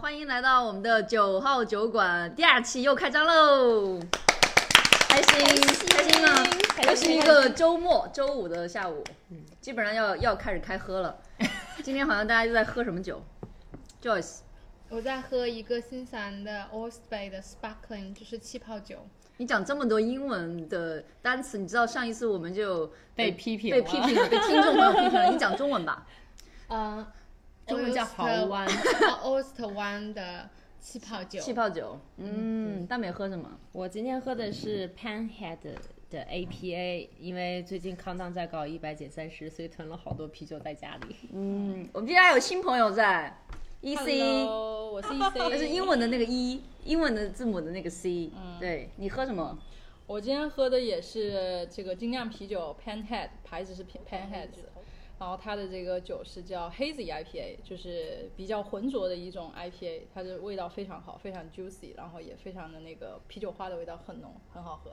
欢迎来到我们的九号酒馆，第二期又开张喽！开心，开心吗？又是一个周末，周五的下午，嗯基本上要要开始开喝 了。今天好像大家都在喝什么酒？Joyce，我在喝一个新西兰的 o l s b a y 的 Sparkling，就是气泡酒。你讲这么多英文的单词，你知道上一次我们就被批评被批评了，被听众朋友批评 了。你讲中文吧，嗯，中文叫豪湾 o l s t e r 湾的气泡酒。气泡酒。嗯，大美喝什么？我今天喝的是 Panhead 的 APA，因为最近康当在搞一百减三十，所以囤了好多啤酒在家里。 嗯，我们今天还有新朋友在，E C。 Hello，我是 EC，那是英 文的那个 E，英文的字母的那个 C、对嗯你喝什么？我今天喝的也是这个精酿啤酒 Panhead，牌子是哦 Pan- Panhead，然后它的这个酒是叫 Hazy IPA，就是比较浑浊的一种 IPA，它的味道非常好，非常 juicy，然后也非常的那个啤酒花的味道很浓，很好喝。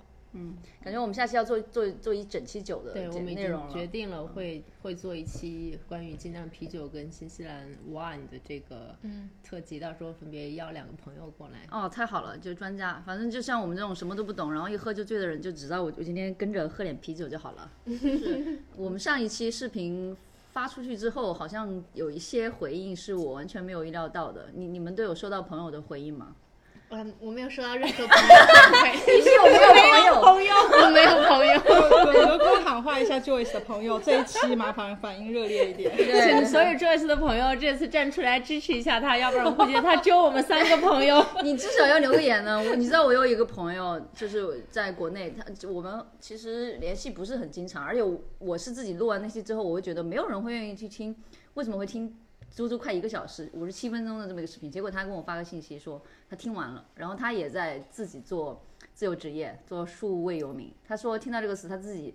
感觉我们下期要做做做一整期酒的对，这我们已内容经了。决定了会会做一期关于精酿啤酒跟新西兰 wine 的这个特辑，到时候分别邀两个朋友过 来。哦，太好了，就是专家，反正就像我们这种什么都不懂，然后一喝就醉的人，就只知道我我今天跟着喝点啤酒就好 了。是我们上一期视频发出去之后，好像有一些回应是我完全没有意料到的。你你们都有收到朋友的回应 吗？嗯，我没有收到任何朋友反馈，有没有朋友？友，我没有朋友。 我们多喊话一下 Joyce 的朋友，这一期麻烦反应热烈一点。请所有 Joyce 的朋友这次站出来支持一下他，要不然我估计他只有我们三个朋友。你至少要留个言呢。我你知道我有一个朋友，就是在国内，他就我们其实联系不是很经常，而且我我是自己录完那期之后，我会觉得没有人会愿意去听，为什么会听足足快一个小时五十七分钟的这么一个视频？结果他跟我发个信息说他听完了，然后他也在自己做自由职业，做数位游民。他说听到这个词，他自己。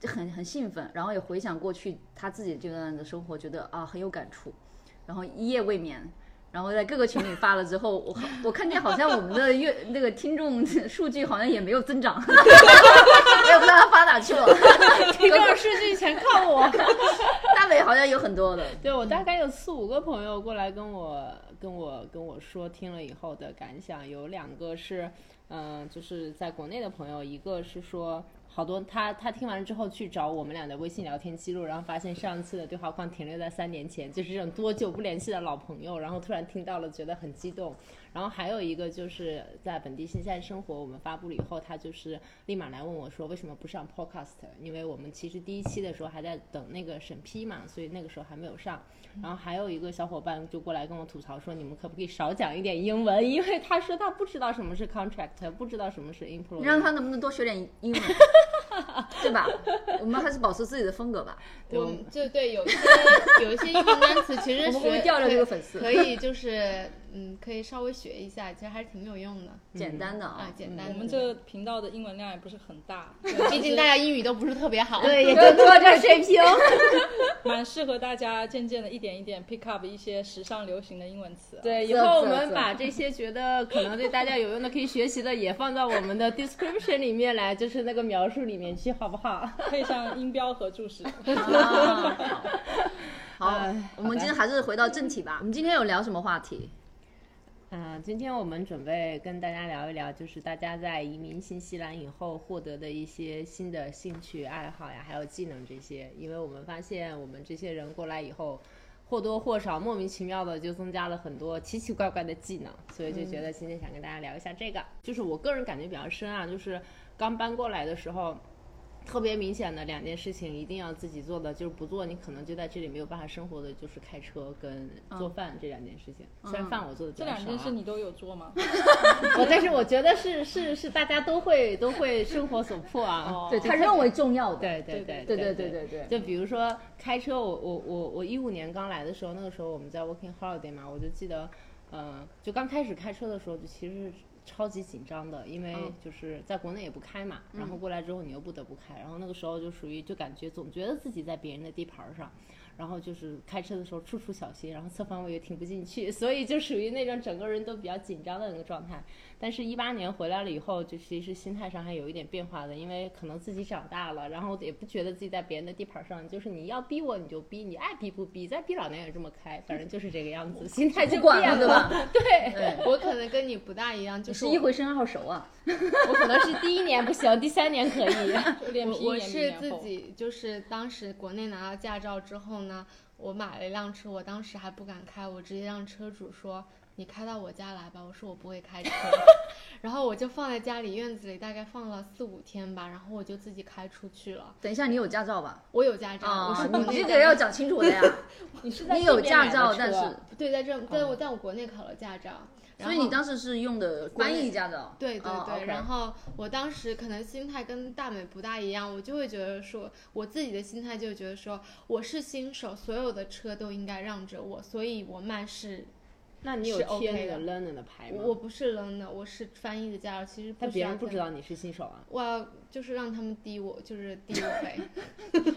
就很很兴奋，然后也回想过去他自己这段的生活，觉得啊很有感触，然后一夜未眠，然后在各个群里发了之后，我好我看见好像我们的月那个听众数据好像也没有增长， 我也不知道他发哪去 了。听众数据全靠我。大美好像有很多的，对我大概有四五个朋友过来跟我跟我跟我说听了以后的感想，有两个是，嗯、就是在国内的朋友，一个是说好多他他听完之后去找我们俩的微信聊天记录，然后发现上次的对话框停留在三年前，就是这种多久不联系的老朋友，然后突然听到了觉得很激动。然后还有一个就是在本地新西兰生活，我们发布了以后，他就是立马来问我说为什么不上 podcast，因为我们其实第一期的时候还在等那个审批嘛，所以那个时候还没有上。然后还有一个小伙伴就过来跟我吐槽说，你们可不可以少讲一点英文？因为他说他不知道什么是 contract，不知道什么是 employee。你让他能不能多学点英文，对吧？我们还是保持自己的风格吧。对我我们就对有一些有一些英文单词，其实我们会不会学掉了这个粉丝可以就是嗯，可以稍微学一下，其实还是挺有用的简单的啊啊，，简单的。我们这个频道的英文量也不是很大， 毕竟大家英语都不是特别好。 对，也就到这 水平。蛮适合大家渐渐的一点一点 pick up 一些时尚流行的英文词。对，以这后我这们这把这些觉得可能对大家有用的、可以学习的，也放到我们的 description 里面来，就是那个描述里面去，好不好？配上音标和注释。嗯啊好，好哎我们今天还是回到正题吧。我们今天有聊什么话题？啊、今天我们准备跟大家聊一聊，就是大家在移民新西兰以后获得的一些新的兴趣爱好呀，还有技能这些。因为我们发现，我们这些人过来以后，或多或少、莫名其妙的就增加了很多奇奇怪怪的技能，所以就嗯觉得今天想跟大家聊一下这个。就是我个人感觉比较深啊，就是刚搬过来的时候，特别明显的两件事情一定要自己做的，就是不做你可能就在这里没有办法生活的，就是开车跟做饭这两件事情。虽然饭我做的比嗯这较少、啊，两件事你都有做 吗？我但是我觉得是是是大家都会都会生活所迫啊哦。对他认为重要的，对对对对对对对对对对就比如说开车，我我我我一五年刚来的时候，那个时候我们在 working holiday 嘛，我就记得，呃，就刚开始开车的时候，就其实是超级紧张的，因为就是在国内也不开嘛，然后过来之后你又不得不开，然后那个时候就属于就感觉总觉得自己在别人的地盘儿上。然后就是开车的时候处处小心，然后侧方位又停不进去，所以就属于那种整个人都比较紧张的那个状态。但是，一八年回来了以后，就其实心态上还有一点变化的，因为可能自己长大了，然后也不觉得自己在别人的地盘上，就是你要逼我你就逼，你爱逼不逼，再逼老娘也这么开，反正就是这个样子，心态就不管变了对吧？对，我可能跟你不大一样，就你是是一回生二后熟啊，我可能是第一年不行，第三年可以。就脸我皮我一年比一是年自厚己就是当时国内拿到驾照之后呢，我买了一辆车，我当时还不敢开，我直接让车主说你开到我家来吧，我说我不会开车， 然后我就放在家里院子里，大概放了四五天吧，然后我就自己开出去了。等一下，你有驾照吧？我有驾照，啊我是，国你这内驾个要照讲清楚的 呀。你是你有驾照，但是对，在这，在我在我国内考了驾照，然哦所以你后当时是用的翻译驾照？对对对，哦，OK 然后我当时可能心态跟大美不大一样，我就会觉得说，我自己的心态就觉得说，我是新手，所有的车都应该让着我，所以我慢是，那你有是 OK 贴那的个 learner 的牌吗？我不是 learn 的，我是翻译的驾照，其实不哎但需别要人不看知。道你是新手啊。我要就是让他们低我，就是低我 呗。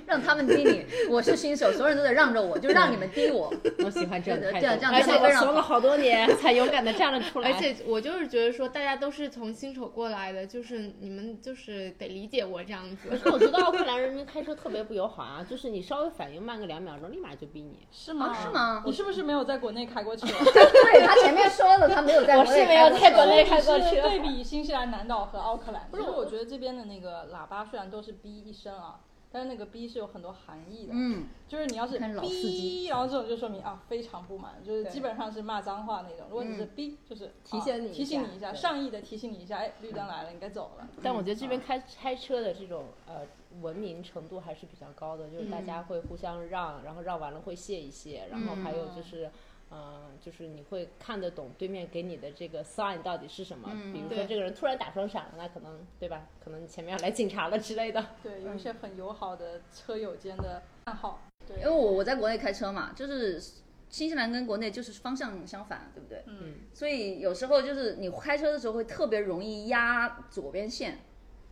让他们低 你，我是新手，所有人都得让着我，就让你们低我。我喜欢这样的态对对度，这样而且这样我会让怂了好多年，才勇敢的站了出来。而且我就是觉得说，大家都是从新手过来的，就是你们就是得理解我这样子。 可是我觉得奥克兰人民开车特别不友好啊，就是你稍微反应慢个两秒钟，立马就逼你。是吗？是吗啊你是不是没有在国内开过车？对他前面说了，他没有在我国是内没开有过 在国车内开过是车。对比新西兰南岛和奥克兰，因为我觉得这边的那个喇叭虽然都是“哔”一声啊，但是那个“哔”是有很多含义的。嗯，就是你要是看老司机哔，然后这种就说明啊非常不满，就是对嗯基本上是骂脏话那种。如果你是哔，就是提啊醒你一提醒下你一下，对上意的提醒你一下，哎，绿灯来了，你该走了。但我觉得这边开开车的这种呃文明程度还是比较高的，就是大家会互相让，然后让完了会谢一谢，然后还有就是。嗯，就是你会看得懂对面给你的这个 sign 到底是什么，比如说对这个人突然打双闪了，那可能对吧？可能你前面要来警察了之类的。对，有一嗯些很友好的车友间的暗号。对因为我我在国内开车嘛，就是新西兰跟国内就是方向相反，对不对？嗯，所以有时候就是你开车的时候会特别容易压左边线。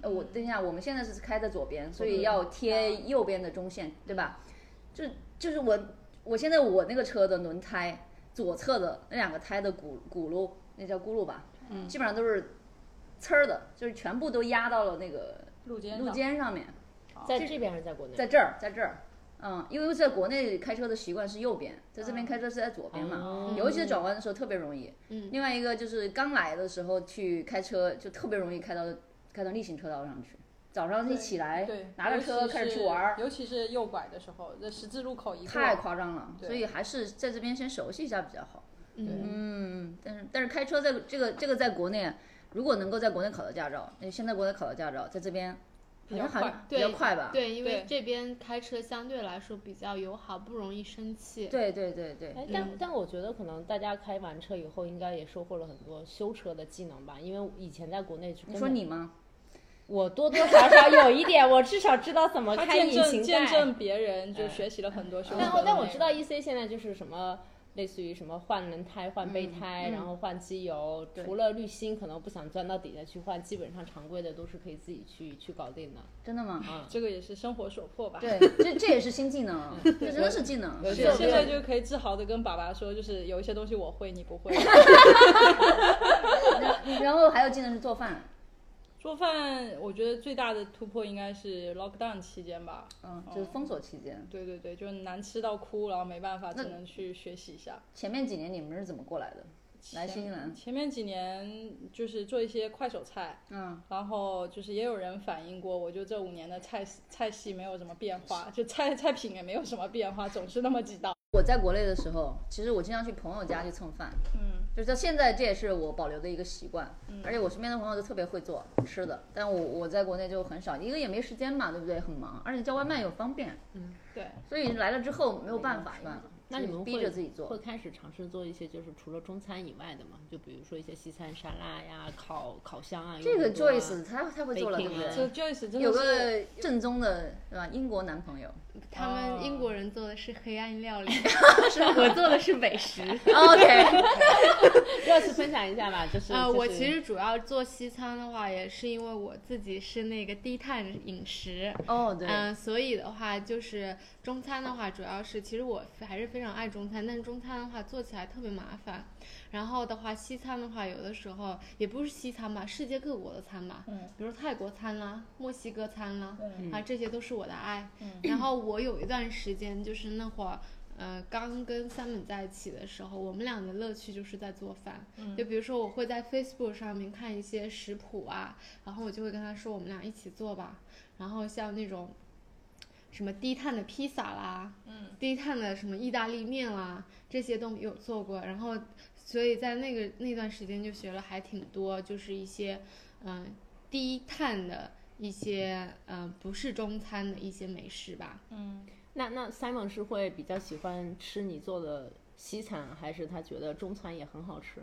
呃，我等一下，我们现在是开在左边，啊所以要贴右边的中线，对吧？就就是我我现在我那个车的轮胎左侧的那两个胎的轱轱辘，那叫轱辘吧，嗯，基本上都是呲儿的，就是全部都压到了那个路肩路上肩上面。在哦这边还是在国内？在这儿，在这儿。嗯，因为在国内开车的习惯是右边，在嗯这边开车是在左边嘛哦，尤其是转弯的时候特别容易。嗯另外一个就是刚来的时候去开车，就特别容易开到开到例行车道上去。早上一起来对，拿着车开始去玩儿，尤其是尤其是右拐的时候，这十字路口一过，太夸张了。对所以还是在这边先熟悉一下比较好。嗯，嗯，但是但是开车在这个这个在国内，如果能够在国内考到驾照，因为现在国内考到驾照，在这边好像比较快还比较对快吧？对，因为对这边开车相对来说比较友好，不容易生气。对对对对。哎，但嗯但我觉得可能大家开完车以后，应该也收获了很多修车的技能吧，因为以前在国内是你根说本你吗？我多多少少有一点，我至少知道怎么他开见引证擎嗯见盖。证别人，就学习了很多修车的内但容。我但我知道 E C 现在就是什么。类似于什么换轮胎、换备胎，嗯嗯然后换机油，对除了滤芯可能不想钻到底下去换，基本上常规的都是可以自己去去搞定的。真的吗？啊、这个也是生活所迫吧。对，这这也是新技能，这真的是技能。嗯有一是次我现就在就可以自豪的跟爸爸说，就是有一些东西我会，你不 会。然后还有技能是做饭，做饭，我觉得最大的突破应该是 lockdown 期间吧。嗯，哦就是封锁期间。对对对，就是难吃到哭，然后没办法，只能去学习一下。前面几年你们是怎么过来的？来新西兰，前面几年就是做一些快手菜，嗯，然后就是也有人反映过，我就这五年的菜菜系没有什么变化，就菜菜品也没有什么变化，总是那么几道。我在国内的时候，其实我经常去朋友家去蹭饭，嗯，就是到现在这也是我保留的一个习惯。嗯而且我身边的朋友都特别会做吃的，但我我在国内就很少，一个也没时间嘛，对不对？很忙，而且叫外卖又方嗯便，对，所以来了之后没有办法办了。那你们会逼着自己做会，开始尝试做啊一些就是除了中餐以外的嘛？就比如说一些西餐沙拉呀、烤烤箱啊。这个用的多啊 Joyce 他他会做了，对不 Baking 啊对？这 Joyce 真的有是个正宗的，对吧？英国男朋友。他哦们英国人做的是黑暗料理，是 我做的是美 食。 OK， Joyce 分享一下吧，哦就是啊、就是我其实主要做西餐的话，也是因为我自己是那个低碳饮食。 哦，对，嗯嗯、所以的话就是中餐的话，主要是其实我还是非非常爱中餐，但是中餐的话做起来特别麻烦。然后的话，西餐的话，有的时候也不是西餐吧，世界各国的餐吧，嗯比如泰国餐啦、墨西哥餐啦，嗯啊，这些都是我的爱。嗯然后我有一段时间，就是那会儿，呃，刚跟三本在一起的时候，我们俩的乐趣就是在做饭。嗯就比如说，我会在 Facebook 上面看一些食谱啊，然后我就会跟他说，我们俩一起做吧。然后像那种什么低碳的披萨啦，嗯低碳的什么意大利面啦，这些都有做过。然后，所以在那个那段时间就学了还挺多，就是一些嗯、低碳的一些嗯、呃不是中餐的一些美食吧。嗯，那那 Simon 是会比较喜欢吃你做的西餐，还是他觉得中餐也很好吃？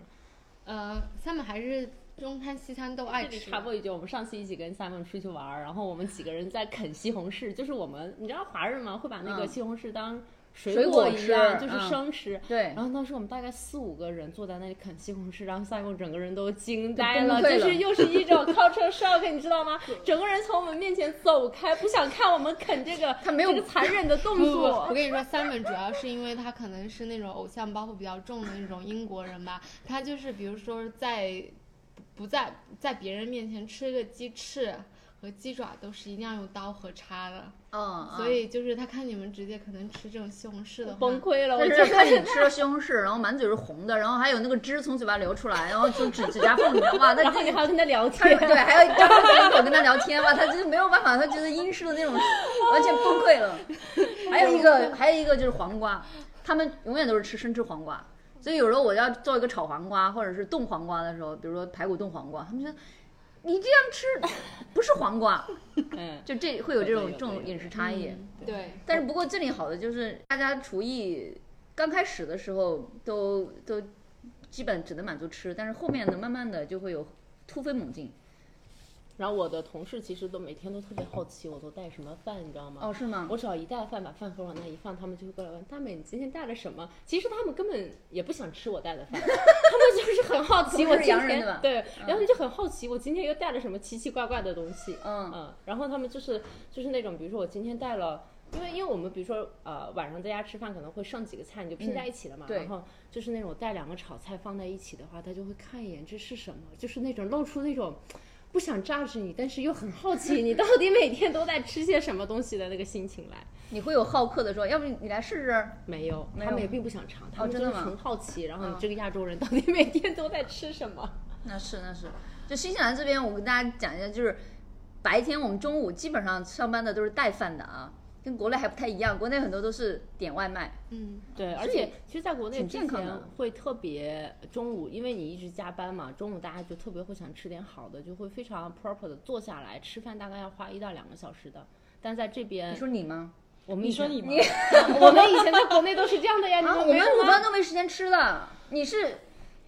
呃，他们还是中餐西餐都爱这里吃插。播一句，我们上次一起跟 Simon 出去玩儿，然后我们几个人在啃西红柿，就是我们你知道华人嘛，会把那个嗯西红柿当水水果一样，吃就是嗯生吃。对然，后当时我们大概四五个人坐在那里啃西红柿，然后 Simon 整个人都惊就呆崩了，溃就是了又是 一种 culture shock，你知道吗？整个人从我们面前走开，不想看我们啃这个他没有这个残忍的动不不不，我作。跟你说，Simon 主要是因为他可能是那种偶像包袱比较重的那种英国人吧，他就是比如说在不在在别人面前吃个鸡翅和鸡爪都是一定要用刀和叉的，嗯，嗯所以就是他看你们直接可能吃这种西红柿的话，崩溃了，我但就是看是你吃了西红柿，然后满嘴是红的，然后还有那个汁从嘴巴流出来，然后从指指甲缝里面，哇，那 然后这你还个。要跟他聊他有天，对，还要张开张口跟他聊天哇，他就是没有办法，他就是英式的那种，完全崩溃了。还有一个，还有一个就是黄瓜，他们永远都是吃生吃黄瓜，所以有时候我要做一个炒黄瓜或者是冻黄瓜的时候，比如说排骨冻黄瓜，他们说你这样吃不是黄瓜，嗯，就这会有这种有的有这的种饮食差异。嗯对，但是不过这里好的就是大家厨艺刚开始的时候都都基本只能满足吃，但是后面的慢慢的就会有突飞猛进。然后我的同事其实都每天都特别好奇我都带什么饭，你知道吗？哦，是吗？我只要一带饭，把饭盒往那一放，他们就会过来问大美，你今天带了什么？其实他们根本也不想吃我带的 饭，他们就是很好奇他们我是今洋人天对吧对，然后他们就很好奇我今天又带了什么奇奇怪怪的东西。嗯然后他们就是就是那种，比如说我今天带了。因为因为我们比如说呃晚上在家吃饭可能会剩几个菜，你就拼在一起了嗯嘛。对然后就是那种带两个炒菜放在一起的话，他就会看一眼这是什么，就是那种露出那种不想榨制你，但是又很好奇 你到底每天都在吃些什么东西的那个心情来。你会有好客的说，要不你来试试？没有，没他有哦们也并不想尝，他们就真是的吗纯好奇。然后你嗯这个亚洲人到底每天都在吃什么？那是那是，就新西兰这边，我跟大家讲一下，就是白天我们中午基本上上班的都是带饭的啊，跟国内还不太一样，国内很多都是点外卖。嗯，对，而所且以其实在国内挺之健康前的会特别中午，因为你一直加班嘛，中午大家就特别会想吃点好的，就会非常 proper 的坐下来吃饭，大概要花一到两个小时的。但在这你边，说你吗？我们以你说前你 吗？我们以前在国内都是这样的呀，你啊，们我没们有午吗？饭都没时间吃了。你是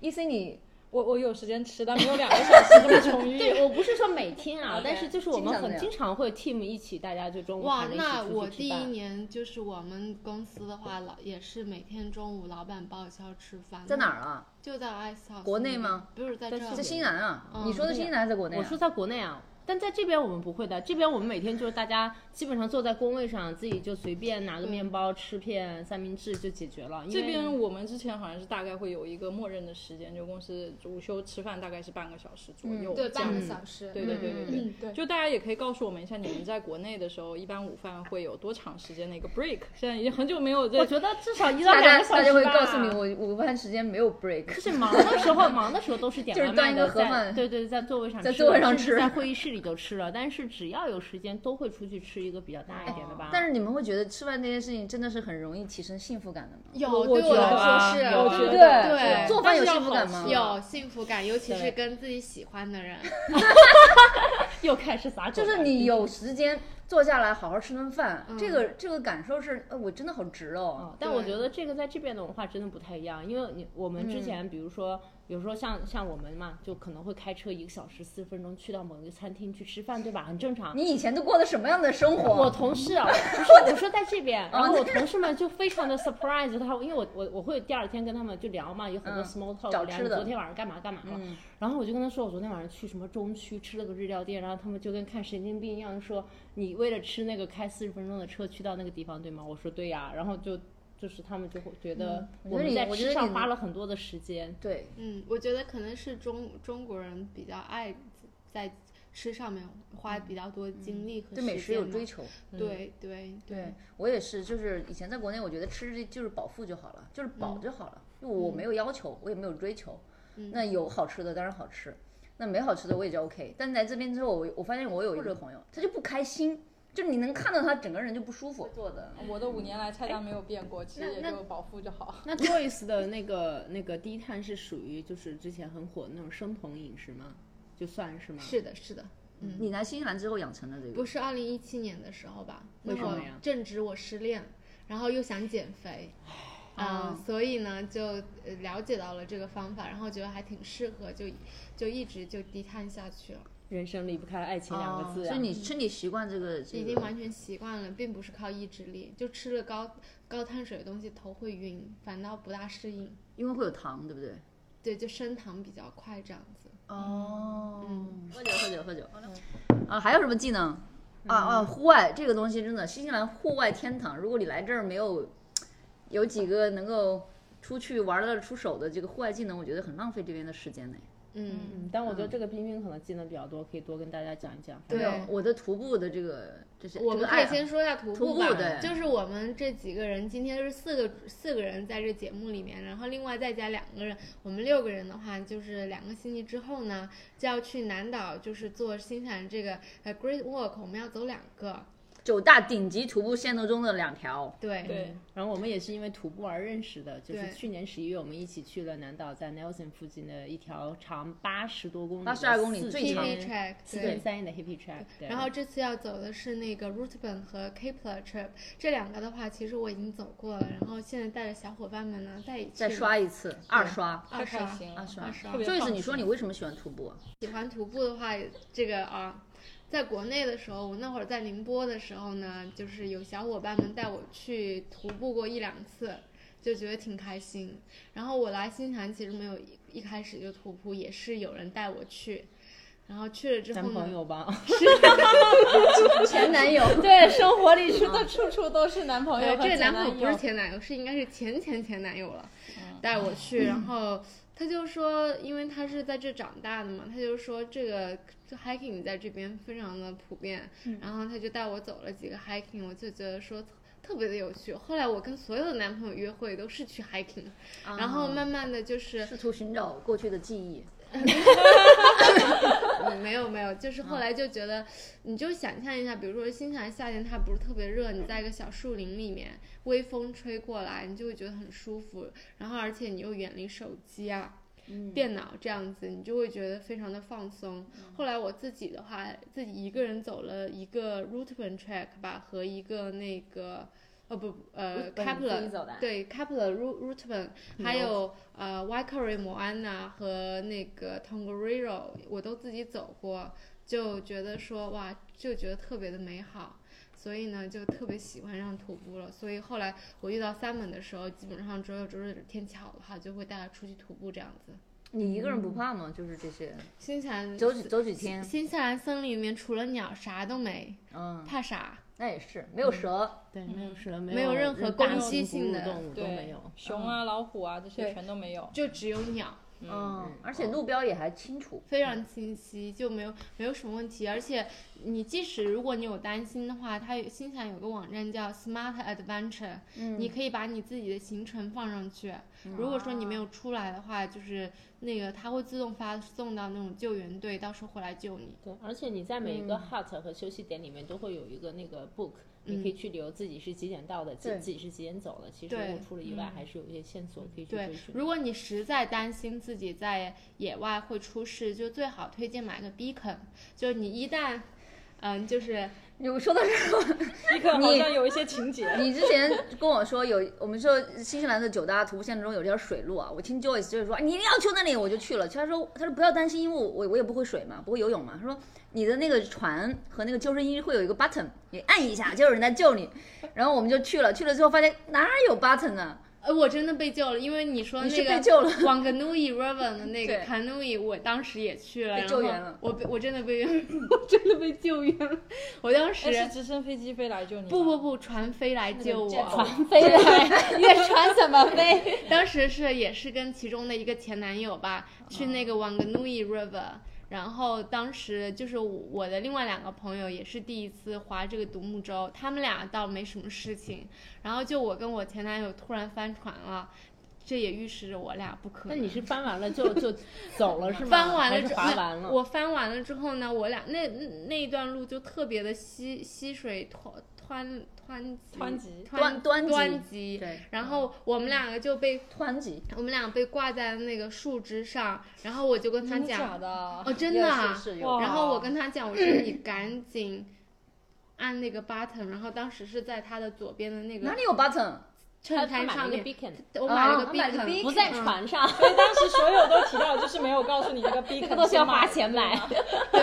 ，E C 你我我有时间吃，但没有两个小时这么充 裕。对，我不是说每天啊，但是就是我们经常很这样经常会 team 一起，大家就中午哇，喊着一起那出去我吃第一饭年就是我们公司的话，老也是每天中午老板报销吃饭，在哪儿啊？就在 Ice House 国内那边吗？不是在在这是儿，在新西兰啊？你说的新西兰还是在国内、啊？我说在国内啊，但在这边我们不会的。这边我们每天就是大家基本上坐在工位上，自己就随便拿个面包、吃片三明治就解决了。因为这边我们之前好像是大概会有一个默认的时间，就公司午休吃饭大概是半个小时左右，对这样半个子小时，对对对对对。嗯对。就大家也可以告诉我们一下，你们在国内的时候，一般午饭会有多长时间的一个 break？现在已经很久没有我这，觉得至少一到大两家个小时吧大家会告诉你，，我午饭时间没有 break，就是忙的时候，忙的时候都是点就是外端卖一的，个盒在饭对对，在座位上在吃座位了上甚至吃在会议室里就吃了。但是只要有时间，都会出去吃一个比较大一点的吧。哦但是你们会觉得吃饭这件事情真的是很容易提升幸福感的吗？有我对觉我得来吧说是，我觉得对做饭有幸福感但吗？是要好有幸福感，尤其对是跟自己喜欢的人。又开始撒狗就是粮你有时间坐下来好好吃顿饭，嗯这个这个感受是，呃，我真的好值哦。哦，但我对觉得这个在这边的文化真的不太一样，因为你我嗯们之前，比如说，有时候像像我们嘛，就可能会开车一个小时四十分钟去到某一个餐厅去吃饭，对吧？很正常。你以前都过的什么样的生活？我同事 啊，不是我说在这边，然后啊我同事们就非常的 surprise，他因为我我我会第二天跟他们就聊嘛，有很多嗯 small talk，、找聊吃你的昨天晚上干嘛干嘛了，嗯然后我就跟他说，我昨天晚上去什么中区吃了个日料店，然后他们就跟看神经病一啊样说，你为了吃那个开四十分钟的车去到那个地方，对吗？我说对呀、然后就就是他们就会觉得嗯我们在我觉得你我觉吃得上你花了很多的时 间。对，嗯，我觉得可能是中中国人比较爱在吃上面花比较多精力和对时美食有间追吧求。对对对我也是，就是以前在国内，我觉得吃就是饱腹就好了，就是饱就好了，因为我没有要求，我也没有追求。那有好吃的当然好吃，那没好吃的我也就 OK。但来这边之后，我我发现我有一个朋友，他就不开心，就是你能看到他整个人就不舒服。做的，我的五年来哎菜单没有变过，其实也那就饱腹 就好。那 Joyce 的那个那个低碳是属于就是之前很火的那种生酮饮食吗？就算是吗？是的，是的，嗯你来新西兰之后养成了这不个，是二零一七年的时候吧？那为什会么儿呀正值我失恋，然后又想减肥，啊、哦所以呢就呃了解到了这个方法，然后觉得还挺适合，就就一直就低碳下去了，人生离不开爱情两哦个字啊呀、所以你身体习惯这个，这已经个完全习惯了，并不是靠意志力，就吃了高高碳水的东西头会晕，反倒不大适应，因为会有糖，对不对？对，就升糖比较快这样子。哦，嗯喝酒喝酒喝酒。啊，还有什么技能？嗯啊啊，户外这个东西真的，新西兰户外天堂。如果你来这儿没有有几个能够出去玩得出手的这个户外技能，我觉得很浪费这边的时间呢。嗯，嗯，但我觉得这个冰冰可能技能比较多，可以多跟大家讲一讲。对还有我的徒步的这个这些，我这们个可爱以好先说一下徒徒步步吧，对就是我们这几个人，今天是四个四个人在这节目里面，然后另外再加两个人，我们六个人的话，就是两个星期之后呢，就要去南岛，就是做新西兰这个呃 Great Walk，我们要走两个，九大顶级徒步线路中的两条。对，嗯对，然后我们也是因为徒步而认识的，就是对去年十一月我们一起去了南岛，在 Nelson 附近的一条长八十多公里的四天、 82公里最长 Hippie Track，四对点三亿的 Hippie Track 对。然后这次要走的是那个 Rootburn 和 Kepler Trip 这两个的话，其实我已经走过了，然后现在带着小伙伴们呢再啊再去刷一次，二刷。二太开刷心了二刷刷特别这放次松你说你为什么喜欢徒步啊？喜欢徒步的话，这个啊，在国内的时候，我那会儿在宁波的时候呢，就是有小伙伴们带我去徒步过一两次，就觉得挺开心。然后我来新西兰其实没有一一开始就徒步，也是有人带我去，然后去了之男后朋呢，友吧， 前男友对，生活里啊真的处处都是男朋友呃，和这个前男朋男友不是友。嗯前男友，是应该是前前前男友了，带我去，然后他就说，因为他是在这长大的嘛，他就说这个这 hiking 在这边非常的普遍，嗯然后他就带我走了几个 hiking，我就觉得说。特别的有趣。后来我跟所有的男朋友约会都是去 hiking，、然啊后慢慢的就是啊试图寻找过去的记忆。 嗯，没有没有，就是后来就觉得，你就想象一下，比如说新西兰夏天它不是特别热，你在一个小树林里面，微风吹过来，你就会觉得很舒服，然后而且你又远离手机啊。电脑这样子，你就会觉得非常的放松。后来我自己的话，自己一个人走了一个 Rootburn Track 吧，和一个那个，哦不，呃 Rootburn 你自己 Kepler 走的啊对 Kepler Root Rootburn，还嗯哦有呃 Waikari 摩安娜和那个 Tongariro，我都自己走过，就觉得说哇，就觉得特别的美好。所以呢，就特别喜欢上徒步了。所以后来我遇到三门的时候，基本上周六周日天气好的话，就会带他出去徒步这样子。你一个嗯人不怕吗？就是这些，新西兰走几走几天，新西兰森林里面除了鸟啥都没，嗯，怕啥？那也是没有蛇，对，没有蛇，没有有任何人攻大击性型哺乳的动物都对，没有。嗯熊啊、老虎啊这些对全都没 有。就只有鸟，嗯，而且路标也还清楚。非常清晰，就没有没有什么问题。而且你即使如果你有担心的话，它有新西兰有个网站叫 Smart Adventure，、你可以把你自己的行程放上去。如果说你没有出来的话，就是那个它会自动发送到那种救援队，到时候回来救你。对，而且你在每一嗯个 hut 和休息点里面都会有一个那个 book，、你嗯可以去留自己是几点到的，自对自己是几点走的。其实如对果出了意嗯外，还是有一些线索可以去对追，寻。如果你实在担心自己在野外会出事，就最好推荐买个 beacon，就是你一旦，嗯，就是有说到这个，一个 好像有一些情节， 你之前跟我说有，我们说新西兰的九大徒步线中有条水路啊，我听 Joyce 就是说啊你一定要去那里，我就去了。他说他说不要担心，因为我我我也不会水嘛，不会游泳嘛。他说你的那个船和那个救生衣会有一个 button，你按一下就有人来救你。然后我们就去了，去了之后发现哪有 button 呢、呃，我真的被救了，因为你说你那是个被救了 Wanganui River 的那个对 Canoe，我当时也去了，被然救后援了我被我真的被 我真的被救援了，我当时哎是直升飞机飞来救你吗？不不不，船飞来救那个我，船飞 来，越船怎么飞？ 当时是也是跟其中的一个前男友吧，哦去那个 Wanganui River，然后当时就是我的另外两个朋友也是第一次划这个独木舟，他们俩倒没什么事情，然后就我跟我前男友突然翻船了，这也预示着我俩不可那能。你是翻完了就就走了是 吗？嗯翻完还了是之后，划完了。我翻完了之后呢，我俩那那一段路就特别的溪溪水湍湍湍湍急湍湍湍急湍急，对然后我们两个就被湍急，我们俩被挂在那个树枝上，然后我就跟他真的讲，假的？哦，真的啊、是是哇有，然后我跟他讲，我说你赶紧按那个 button，然后当时是在他的左边的那哪个里有 button？他衬他衫买上了一面个，beacon，我买了哦个他买了个 beacon，不在船 上，所以嗯当时所有都提到，就是没有告诉你那 个 B 这个东西要花钱买。 对，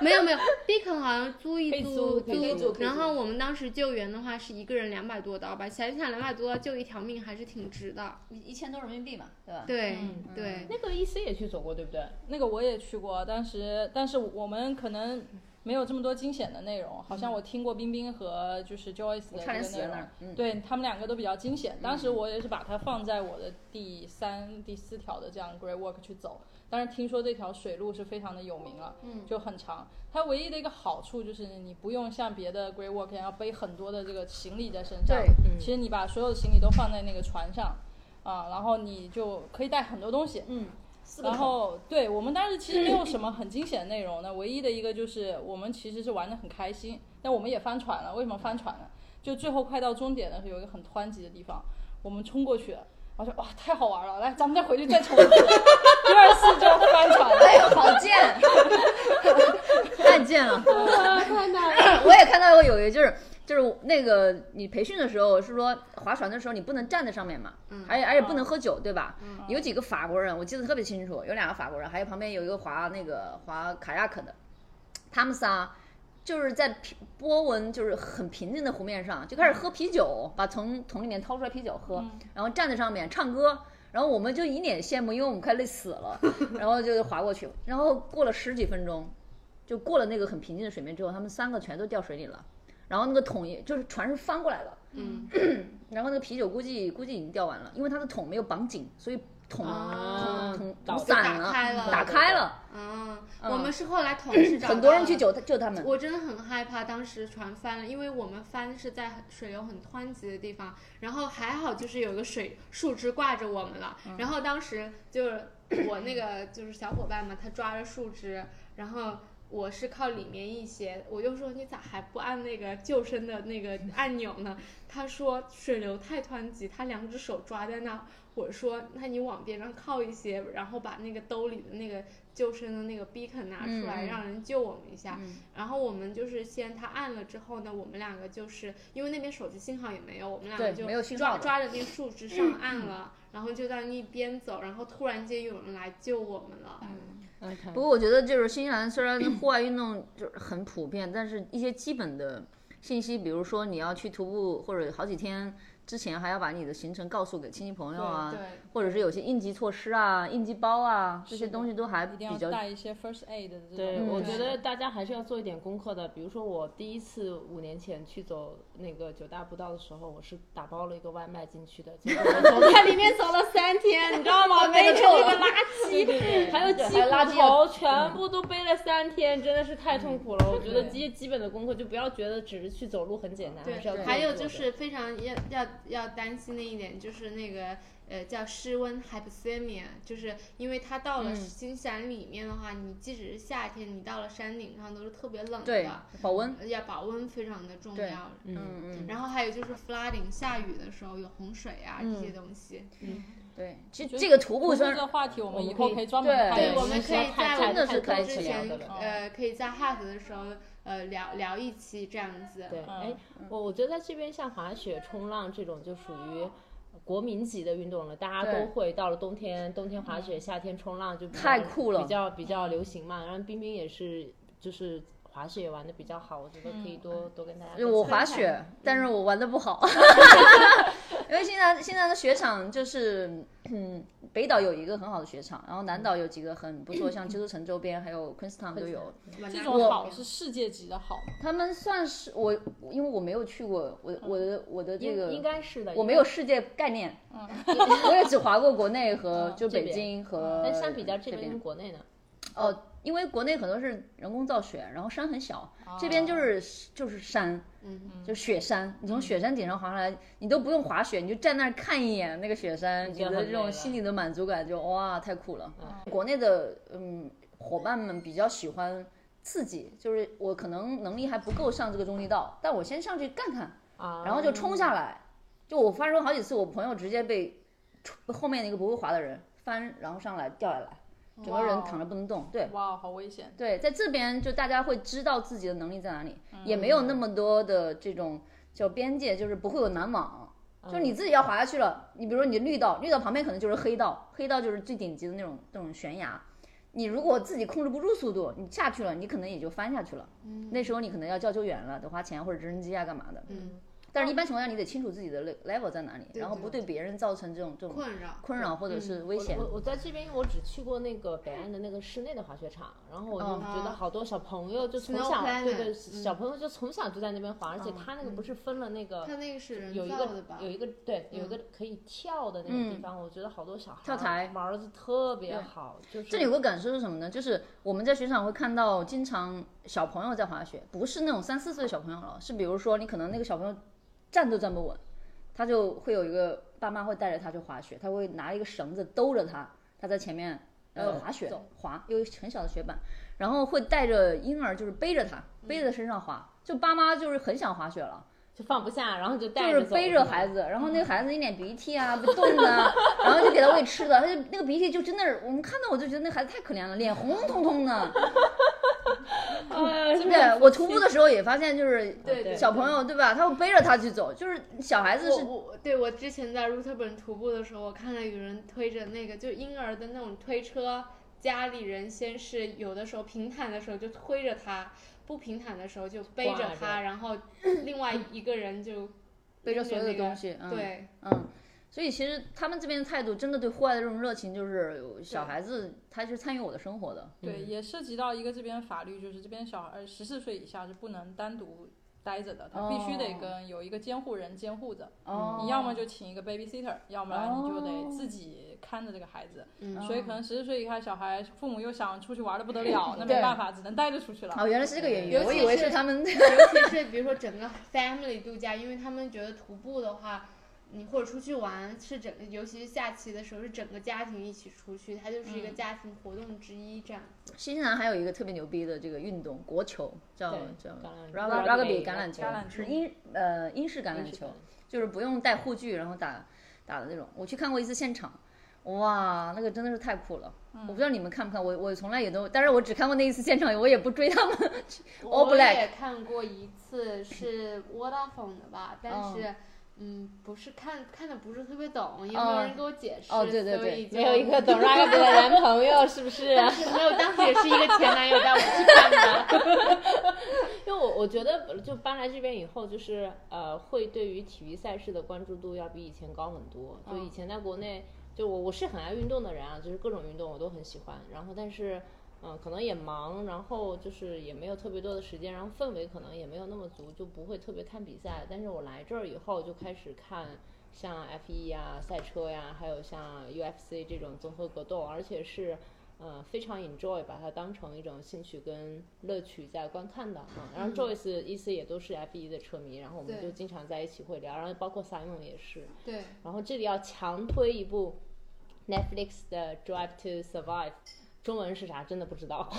没有没有，beacon 好像租一可以租租可以租可以然后我们当时救援的话是一个人两百多刀吧，想一想两百多刀救一条命还是挺值的。一一千多人民币嘛，对吧？对、嗯对，那个 E C 也去走过，对不对？那个我也去过，但是但是我们可能没有这么多惊险的内容，好像嗯我听过冰冰和就是 Joyce 我的差点这个死内在那容儿，嗯对他们两个都比较惊险。当时我也是把它放在我的第三、第四条的这样 Great Walk 去走，但是听说这条水路是非常的有名了，嗯就很长。它唯一的一个好处就是你不用像别的 Great Walk 一样要背很多的这个行李在身上，对嗯其实你把所有的行李都放在那个船上。啊，然后你就可以带很多东西，嗯，四个然口，后，对我们当时其实没有什么很惊险的内容呢，唯一的一个就是我们其实是玩的很开心，但我们也翻船了。为什么翻船呢？就最后快到终点的时候，有一个很湍急的地方，我们冲过去了，然后说哇太好玩了，来咱们再回去再冲一次，第二次就翻船了。哎呦，好 贱，太贱了。看到了，我也看到过有一个就是就是那个你培训的时候是说划船的时候你不能站在上面嘛，嗯而且而且不能喝酒对吧？有几个法国人我记得特别清楚，有两个法国人，还有旁边有一个划那个划卡亚克的，他们仨。就是在平波纹就是很平静的湖面上，就开始喝啤酒，把从桶里面掏出来啤酒喝，然后站在上面唱歌，然后我们就一脸羡慕，因为我们快累死了，然后就划过去，然后过了十几分钟，就过了那个很平静的水面之后，他们三个全都掉水里了。然后那个桶也就是船是翻过来了，嗯， 然后那个啤酒估计估计已经掉完了，因为它的桶没有绑紧，所以桶、啊桶倒桶就散打开了了，嗯打开了，啊，嗯我们是后来同 事找很多到人去了救他救他们。我真的很害怕，当时船翻了，因为我们翻是在很水流很湍急的地方，然后还好就是有个水树枝挂着我们了，嗯然后当时就是我那个就是小伙伴嘛，他抓着树枝，然后。我是靠里面一些，我就说你咋还不按那个救生的那个按钮呢？他说水流太湍急，他两只手抓在那，我说那你往边上靠一些，然后把那个兜里的那个救生的那个 beacon 拿出来，嗯嗯让人救我们一下。嗯然后我们就是先他按了之后呢，我们两个就是因为那边手机信号也没有，我们两个对就没有信抓号的抓着那个树 枝上按了，然后就在那边走，然后突然间有人来救我们了。嗯不过我觉得就是新西兰虽 然户外运动就是很普遍，但是一些基本的信息，比如说你要去徒步或者好几天之前还要把你的行程告诉给亲戚朋友啊对，或者是有些应急措施啊、应急包啊这是些的东西都还一比定要较带一些 first aid 的这对，种。我嗯觉得大家还是要做一点功课的。比如说，我第一次五年前去走那个九大步道的时候，我是打包了一个外卖进去的，结果我走在里面走了三天，你知道吗？背背着着那那个个垃鸡还有鸡还有垃骨圾头全部都背了三天，真的是太痛苦了。我觉得对这些基本的功课就不要觉得只是去走路很简单，还是要对，多还有做就的是非常要要要担心的一点就是那个呃叫室温 hypothermia，就是因为它到了嗯新西兰里面的话，你即使是夏天，你到了山顶上都是特别冷对的，呃保温。要保温非常的重对要。嗯嗯，然后还有就是 flooding，下雨的时候有洪水啊、嗯这些东西，对，其实就这个徒徒步步虽这然个话题，我我们们以后可以可以专门对开一对，个我们是可以嗯太在太我们太开太之无前聊的了呃，可以在 half 的时候呃聊聊一期这样子。对，嗯哎，我我觉得在这边像滑雪、冲浪这种就属于。国民级的运动了，大家对都会。到了冬天，冬天滑雪，夏天冲浪就比较太酷了比较比较流行嘛。然后冰冰也是，就是滑雪玩的比嗯嗯较好，我觉得可以多、多跟大家分享。 我滑雪，但是我玩的不好，因为现在现在的雪场就是，嗯，北岛有一个很好的雪场，然后南岛有几个很不错，像 基督城周边还有 Queenstown 都有。这种嗯好是世界级的好吗？他们算是我，因为我没有去过，我我的我的这个嗯应应该是的。我没有世界概念，我也只滑过国内和就嗯这北边京和。但相比较这边跟国内呢，哦，因为国内很多是人工造雪，然后山很小，哦这边就是就是山，嗯，就雪山，你从雪山顶上滑下来，你都不用滑雪，你就站那儿看一眼那个雪山，觉觉得得很这美种了心里的满足感就哇太酷嗯了。国内的嗯伙伴们比较喜欢刺激，就是我可能能力还不够上这个中地道，但我先上去看看，啊，然后就冲下来。就我发生好几次，我朋友直接被冲后面那个不会滑的人翻，然后上来掉下来，整个人哦哇躺着不能动。对，哇，好危险！对，在这边就大家会知道自己的能力在哪里，也没有那么多的这种叫边界，就是不会有拦网。就是你自己要滑下去了，你比如说你绿道，绿道旁边可能就是黑道，黑道就是最顶级的那种那种悬崖。你如果自己控制不住速度，你下去了，你可能也就翻下去了。那时候你可能要叫救援了，得花钱或者直升机啊干嘛的。嗯，但是一般情况下，你得清楚自己的 le- level 在哪里，然后不对别人造成这种这种困扰困扰或者嗯是危险我。我在这边我只去过那个北岸的那个室内的滑雪场，然后我哦就觉得好多小朋友就从 Snow 小 Planet，对对，嗯小朋友就从小就在那边滑，而且他那个不是分了那个它那个是有嗯人一造的个吧？嗯有一个对有一个可以跳的那种地方，我觉得好多小孩嗯跳台玩的特别好，就是这里有个感受是什么呢？就是我们在雪场会看到，经常小朋友在滑雪，不是那种三四岁的小朋友了，是比如说你可能那个小朋友站都站不稳，他就会有一个爸妈会带着他去滑雪，他会拿一个绳子兜着他，他在前面呃滑雪滑，有一个很小的雪板，然后会带着婴儿就是背着他背嗯着身上滑，就爸妈就是很想滑雪了。就放不下，然后就带就着是走背着孩子，然后那个孩子一脸鼻涕啊，不动啊，然后就给他喂吃的，他就那个鼻涕就真的是，我们看到我就觉得那孩子太可怜了，脸红彤彤的。哎，对我徒步的时候也发现，就是对小朋友对吧，他会背着他去走，就是小孩子我是我对我之前在鹿特本徒步的时候，我看到有人推着那个就婴儿的那种推车，家里人先是有的时候平坦的时候就推着他，不平坦的时候就背挂着着他，然后另外一个人就背着所有的那个东西，嗯，对，嗯。所以其实他们这边的态度，真的对户外的这种热情，就是小孩子他是参与我的生活的，嗯 对，也涉及到一个这边法律，就是这边小孩十四岁以下是不能单独待着的，他必须得哦跟有一个监护人监护着。哦，你要么就请一个 babysitter，要不然你就哦得自己看着这个孩子。嗯所以可能十四岁以下小孩，父母又想出去玩的不得了，那对没办法，只能带着出去了。哦，原来是这个原尤因，其我以为是是他们 尤其是比如说整个 family 度假，因为他们觉得徒步的话，你或者出去玩是整个，尤其是假期的时候是整个家庭一起出去，它就是一嗯个家庭活动之一这样。新西兰还有一个特别牛逼的这个运动，国球叫对叫橄 rugby 榄 rugby 球橄榄球橄榄，球是英呃英式橄榄球，就是不用带护具然后打打的那种。我去看过一次现场，哇，那个真的是太酷了。我不知道你们看不看，我我从来也都，但是我只看过那一次现场，我也不追他们。All 我也看过一 次是 Vodafone 的吧，但嗯是。嗯不是看看的不是特别懂，也没哦有人给我解释，哦对对所对以就没有一 个懂 rugby 的男朋友，是不是？当时没有，当时也 是一个前男友带我去 看的。因为我我觉得，就搬来这边以后，就是呃，会对于体育赛事的关注度要比以前高很多。就以前在国内，就我我是很爱运动的人啊，就是各种运动我都很喜欢。然后，但是嗯、呃可能也忙，然后就是也没有特别多的时间，然后氛围可能也没有那么足，就不会特别看比赛。但是我来这儿以后，就开始看。像 F 1呀、赛车呀，还有像 UFC 这种综合格斗，而且是呃非常 enjoy，把它当成一种兴趣跟乐趣在观看的。嗯，然后 Joyce 一思也都是 F 1的车迷，然后我们对就经常在一起会聊，然后包括 Simon 也是。对，然后这里要强推一部 Netflix 的《Drive to Survive》，中文是啥真的不知道。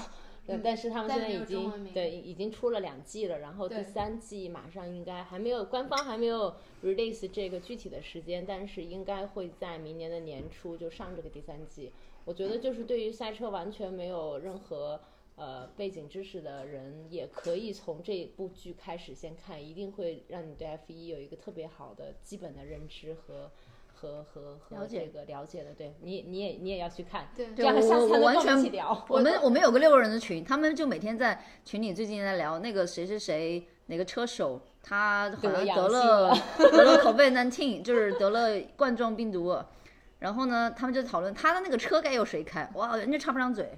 对，但是他们嗯但现在没有已中文经名对已经出了两季了，然后第对三季马上应该还没有官方还没有 release 这个具体的时间，但是应该会在明年的年初就上这个第三季。我觉得就是对于赛车完全没有任何呃背景知识的人，也可以从这部剧开始先看，一定会让你对 F 一有一个特别好的基本的认知和。和和和了解这个了解的，对你你也你也要去看，对这样对我下次才我能完跟我们一全起聊。我们我们有个六个人的群，他们就每天在群里最近在聊那个谁谁谁哪个车手，他好像阳得性了 得了 COVID-19，就是得了冠状病毒。然后呢，他们就讨论他的那个车该由谁开，哇，人家插不上嘴。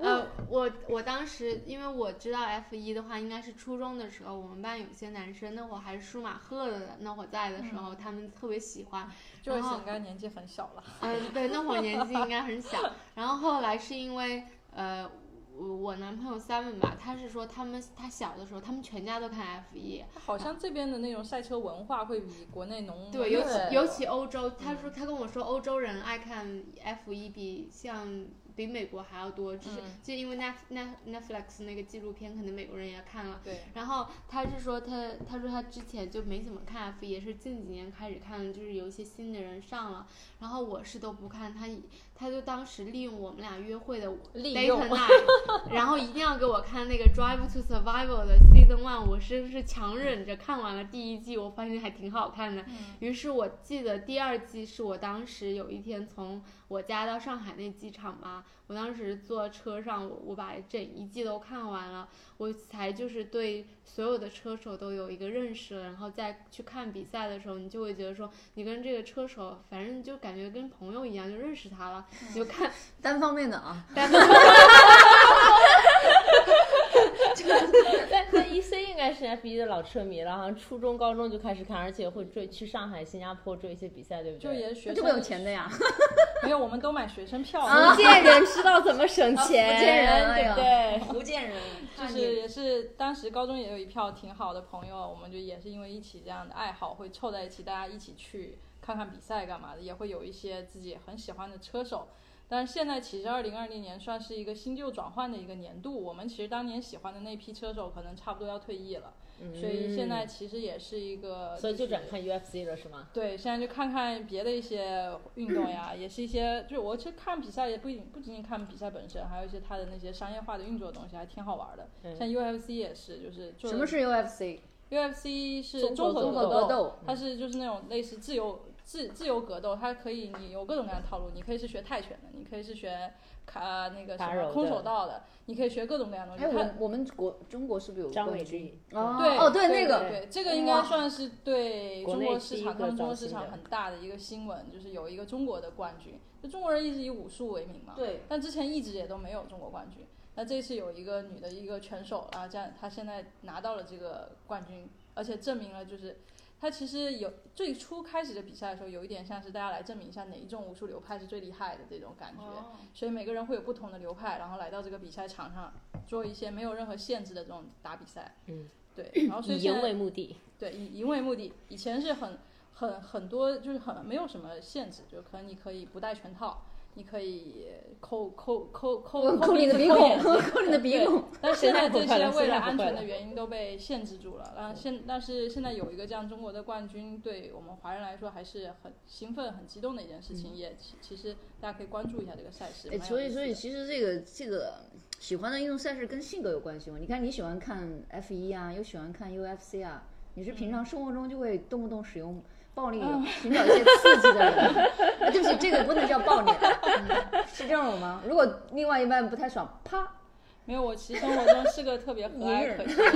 嗯呃，我我当时因为我知道 F 一的话，应该是初中的时候，我们班有些男生，那会儿还是舒马赫的那会儿在的时嗯候，他们特别喜欢。就是然后应该年纪很小了，呃，对，那会儿年纪应该很小。然后后来是因为呃，我我男朋友 Seven 吧，他是说他们他小的时候，他们全家都看 F 一，好像这边的那种赛车文化会比国内浓对，尤对其尤其欧洲，他嗯说他跟我说欧洲人爱看 F 一比像比美国还要多，只是、嗯就因为 Net Net Netflix 那个纪录片，可能美国人也看了。对，然后他是说他，他说他之前就没怎么看 F，也是近几年开始看，就是有一些新的人上了，然后我是都不看，他以他就当时利用我们俩约会的利 date 用 night，然后一定要给我看那个 Drive to Survival 的 season one，我真是强忍着看完了第一季，我发现还挺好看的，嗯于是我记得第二季是我当时有一天从我家到上海那机场吧，我当时坐车上，我我把整一季都看完了，我才就是对所有的车手都有一个认识了。然后再去看比赛的时候，你就会觉得说，你跟这个车手，反正就感觉跟朋友一样，就认识他了，嗯你就 看单方面的啊，单 但但 E C 应该是 F 一的老车迷了，好像初中、高中就开始看，而且会追去上海、新加坡追一些比赛，对不就对？也学生就会有钱的呀。没有，我们都买学生票，啊福建人知道怎么省钱，福建人哎对呀不对？ 福建人就是也是当时高中也有一票挺好的朋友，我们就也是因为一起这样的爱好会凑在一起，大家一起去看看比赛干嘛的，也会有一些自己很喜欢的车手。但是现在其实二零二零年算是一个新旧转换的一个年度，我们其实当年喜欢的那批车手可能差不多要退役了，所以现在其实也是一个、嗯所以就是转看 U F C 了，是吗？对，现在就看看别的一些运动呀，也是一些，就是我其实看比赛也不仅不仅仅看比赛本身，还有一些它的那些商业化的运作的东西，还挺好玩的。像 UFC 也是，就是做什么是 UFC？ UFC 是中综国合格斗格斗，斗它是就是那种类似自由自自由格斗，它可以你有各种各样的套路，你可以是学泰拳的，你可以是学卡、呃那个打什柔么的空手道的，你可以学各种各样的哎，东西。它我我们国中国是不是有哦张冠伟军丽哦对哦，对，对那个对这个应该算是对中国市场，国他内第一个们中国市造场型的很大的一个新闻，就是有一个中国的冠军。就中国人一直以武术为名嘛，对，但之前一直也都没有中国冠军。那这次有一个女的一个拳手，然后这样她现在拿到了这个冠军，而且证明了就是。她其实有最初开始的比赛的时候，有一点像是大家来证明一下哪一种武术流派是最厉害的这种感觉。哦所以每个人会有不同的流派，然后来到这个比赛场上做一些没有任何限制的这种打比赛。嗯， 对。然后所以以现赢在为目的，对以赢为目的，以前是很很很多就是很没有什么限制，就可能你可以不戴全套，你可以抠抠抠抠抠你的鼻抠孔 眼，抠你的鼻孔。但现在这现在不会了些为现了在不安会全了的原因都被限制住了。然后现但是现在有一个这样中国的冠军，对我们华人来说还是很兴奋、很激动的一件事嗯情。也其其实大家可以关注一下这个赛事。哎，蛮有所以意思所以的其实这个这个喜欢的运动赛事跟性格有关系吗？你看你喜欢看 F 一啊，又喜欢看 UFC 啊，你是嗯平常生活中就会动不动使用暴力 寻找一些刺激的人？ 啊对不起，这个不能叫暴力，啊是这种吗？如果另外一半不太爽，啪，没有，我其实生活中是个特别和蔼可 亲的人。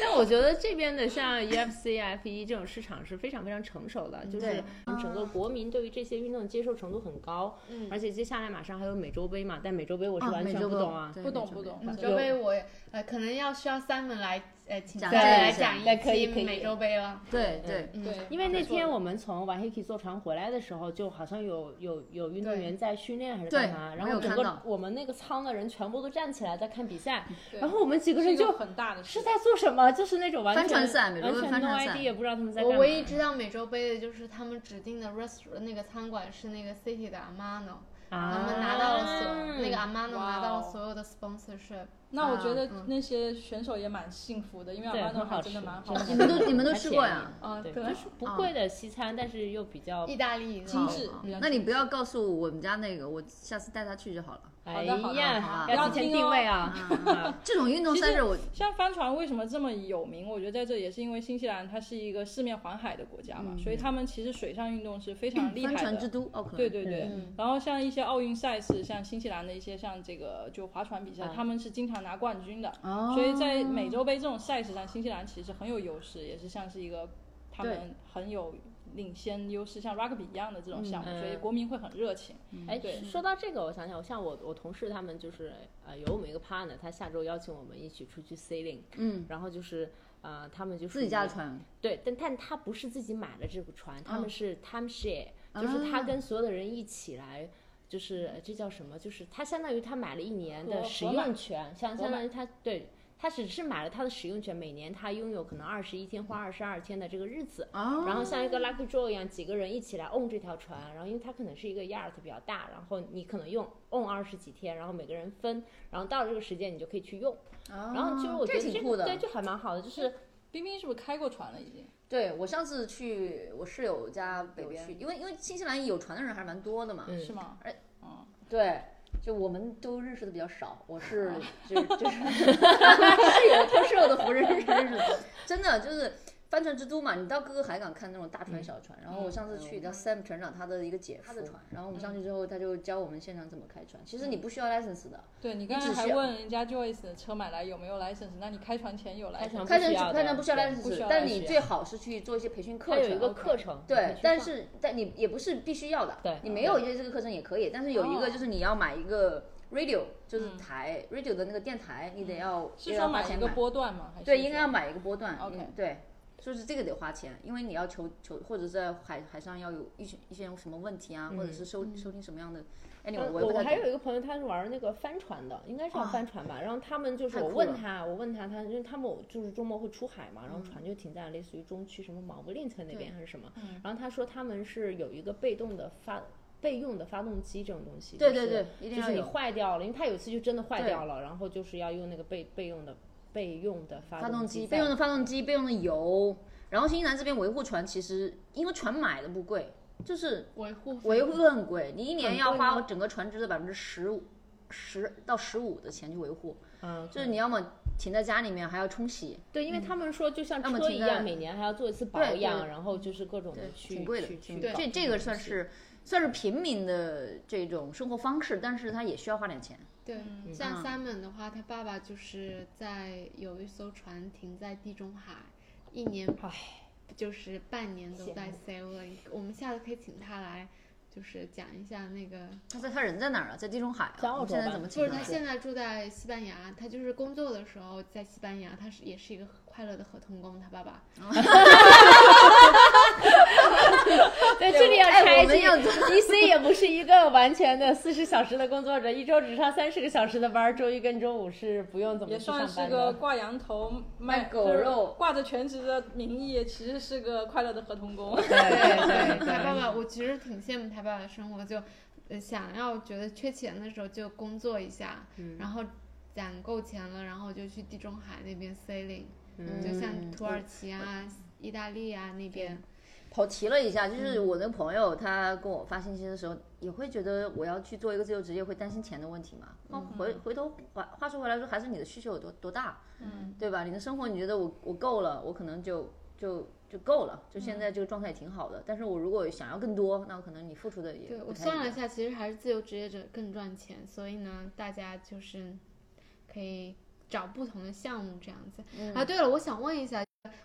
但我觉得这边的像 UFC、F 啊1这种市场是非常非常成熟的，就是对嗯整个国民对于这些运动接受程度很高。嗯而且接下来马上还有美洲杯嘛，但美洲杯我是啊完美全洲不豹懂啊。对不懂美洲不豹懂美美洲洲杯嗯我呃可能要需要 Simon 来呃请讲 Simon 解来一下讲对一可以期可以美洲杯了。对嗯对，对，因为那没错天我们从瓦黑 i 坐船回来的时候，就好像有有有运动员在训练还是干嘛，对然我有后整看到嗯个我们那个舱的人全部都站起来在看比赛，对然后我们几个是人一个就很大的事是在做什么，就是那种完全帆船赛美国完的全帆 no 船赛 ID 也不知道他们在干我嘛。唯一知道美洲杯的就是他们指定的 rest 那个餐馆是那个 City 的 Amano，、他啊们拿到了所那个 Amano 哇哦拿到了所有的 sponsorship。那我觉啊得那些选手也蛮幸福的，因为嗯对，阿曼诺很还好真吃，的蛮好真的你们都很好你们都还吃过便呀宜啊，对，对就是不贵的西餐，但是又比较意大利精致好嗯比较那你精不要告诉我们家那个，我下次带他去就好了。哎好的好的呀好，的要提前哦定位啊。啊这种运动其赛实事我像帆船为什么这么有名？我觉得在这也是因为新西兰它是一个四面环海的国家嗯嘛，所以他们其实水上运动是非常厉帆害船的之。都奥克兰。对嗯对对，然后像一些奥运赛事，像新西兰的一些像这个就划船比赛，他们是经常兰拿冠军的，哦，所以在美洲杯这种赛事上，新西兰其实很有优势，也是像是一个他们很有领先优势，像 rugby 一样的这种项目，嗯所以国民会很热情。嗯哎，对说到这个，我想想，像我我同事他们就是呃有我们一个 partner，他下周邀请我们一起出去 sailing，嗯，然后就是呃他们就是自己家的船，对，但但他不是自己买了这个船，他哦们是 time share，、就是他啊跟所有的人一起来。就是呃这叫什么？就是他相当于他买了一年的国使国买用权，相国相买当于他对他只是买了他的使用权，每年他拥有可能二十一天或二十二天的这个日子，哦，然后像一个 lucky draw 一样，几个人一起来 own 这条船，然后因为它可能是一个 yacht 比较大，然后你可能用 own 二十几天，然后每个人分，然后到了这个时间你就可以去用，然然后就是我觉得哦这这挺个酷的，对，就还蛮好的，就是冰冰是不是开过船了已经？对我上次去我室友家北边，因为因为新西兰有船的 人还是蛮多的嘛，嗯是吗？哎，嗯，对，就我们都认识的比较少，我是就就是室友托室友的活认识认识的，真的就是。帆船之都嘛，你到各个海港看那种大船小船。然后我上次去叫 Sam 船长他的一个姐夫，他的船。然后我们上去之后，他就教我们现场怎么开船。其实你不需要 license 的，对你刚才只还需要问人家 Joyce 的车买来有没有 license，那你开船前有开开船 license？不需船要开的船不需要对 license，要但你 license 最好是去做一些培训课它程。有一个课程，你可以对去，但上是但你也不是必须要的，对你没有一些这个课程也可以，但是有一个哦就是你要买一个 radio，就是嗯台 radio 的那个电台，你得要是也说要花买一钱个买，波段吗？还是对，应该要说买一个波段 OK 嗯对，就是这个得花钱，因为你要求求或者在海海上要有一些一些什么问题啊，或者是收收听什么样的，anyway 嗯我也不太我还有懂，一个朋友，他是玩那个帆船的，应该是要啊帆船吧。然后他们就是太我酷问了嗯他，我问他，他因为他们就是周末会出海嘛，然后船就停在类似于中区什么毛布林特那边还是什么。嗯然后他说他们是有一个被动的发备用的发动机这种东西，对就对是对，一定就要是你有坏掉了，因为他有一次就真的坏对掉了，然后就是要用那个备备用的备用的发发动机机，在，备用的发动机，备用的油，然后新西兰这边维护船其实因为船买的不贵，就是。维护费维护更贵，你一年很要贵花吗整个船只的百分之十五、十到十五的钱去维护，嗯，就是你要么停在家里面还要冲洗，对，因为他们说就像那么车停一在样，每年还要做一次保对对养，然后就是各种的去挺贵的去。挺去贵搞这这种个东算西是算是平民的这种生活方式，但是它也需要花点钱。对，嗯嗯啊像 Simon 的话，他爸爸就是在有一艘船停在地中海，一年就是半年都在 sailing。我们下次可以请他来，就是讲一下那个，他在他人在哪儿啊？在地中海啊？在澳我们洲现在吧怎么不请是他他来？现在住在西班牙，他就是工作的时候在西班牙，他是也是一个快乐的合同工，他爸爸。在这里要哎拆我们一要句，DC 也不是一个完全的四十小时的工作者，一周只上三十个小时的班儿，周一跟周五是不用怎么也去算上是班个 的。挂羊头卖卖狗就是肉挂着全职的名义，其实是个快乐的合同工。对 对他爸爸，我其实挺羡慕他爸爸的生活，就呃想要觉得缺钱的时候就工作一下，嗯然后攒够钱了，然后就去地中海那边 sailing，、就嗯像土耳其啊、意大利啊那边。跑题了一下，嗯就是我那个朋友，他跟我发信息的时候，也会觉得我要去做一个自由职业，会担心钱的问题嘛。那哦嗯回回头话话说回来说，还是你的需求有多多大，嗯，对吧？你的生活你觉得我我够了，我可能就就就够了，就现嗯在这个状态也挺好的。但是我如果想要更多，那我可能你付出的也对不我太算一了一样下，其实还是自由职业者更赚钱，所以呢，大家就是可以找不同的项目这样子。嗯啊，对了，我想问一下，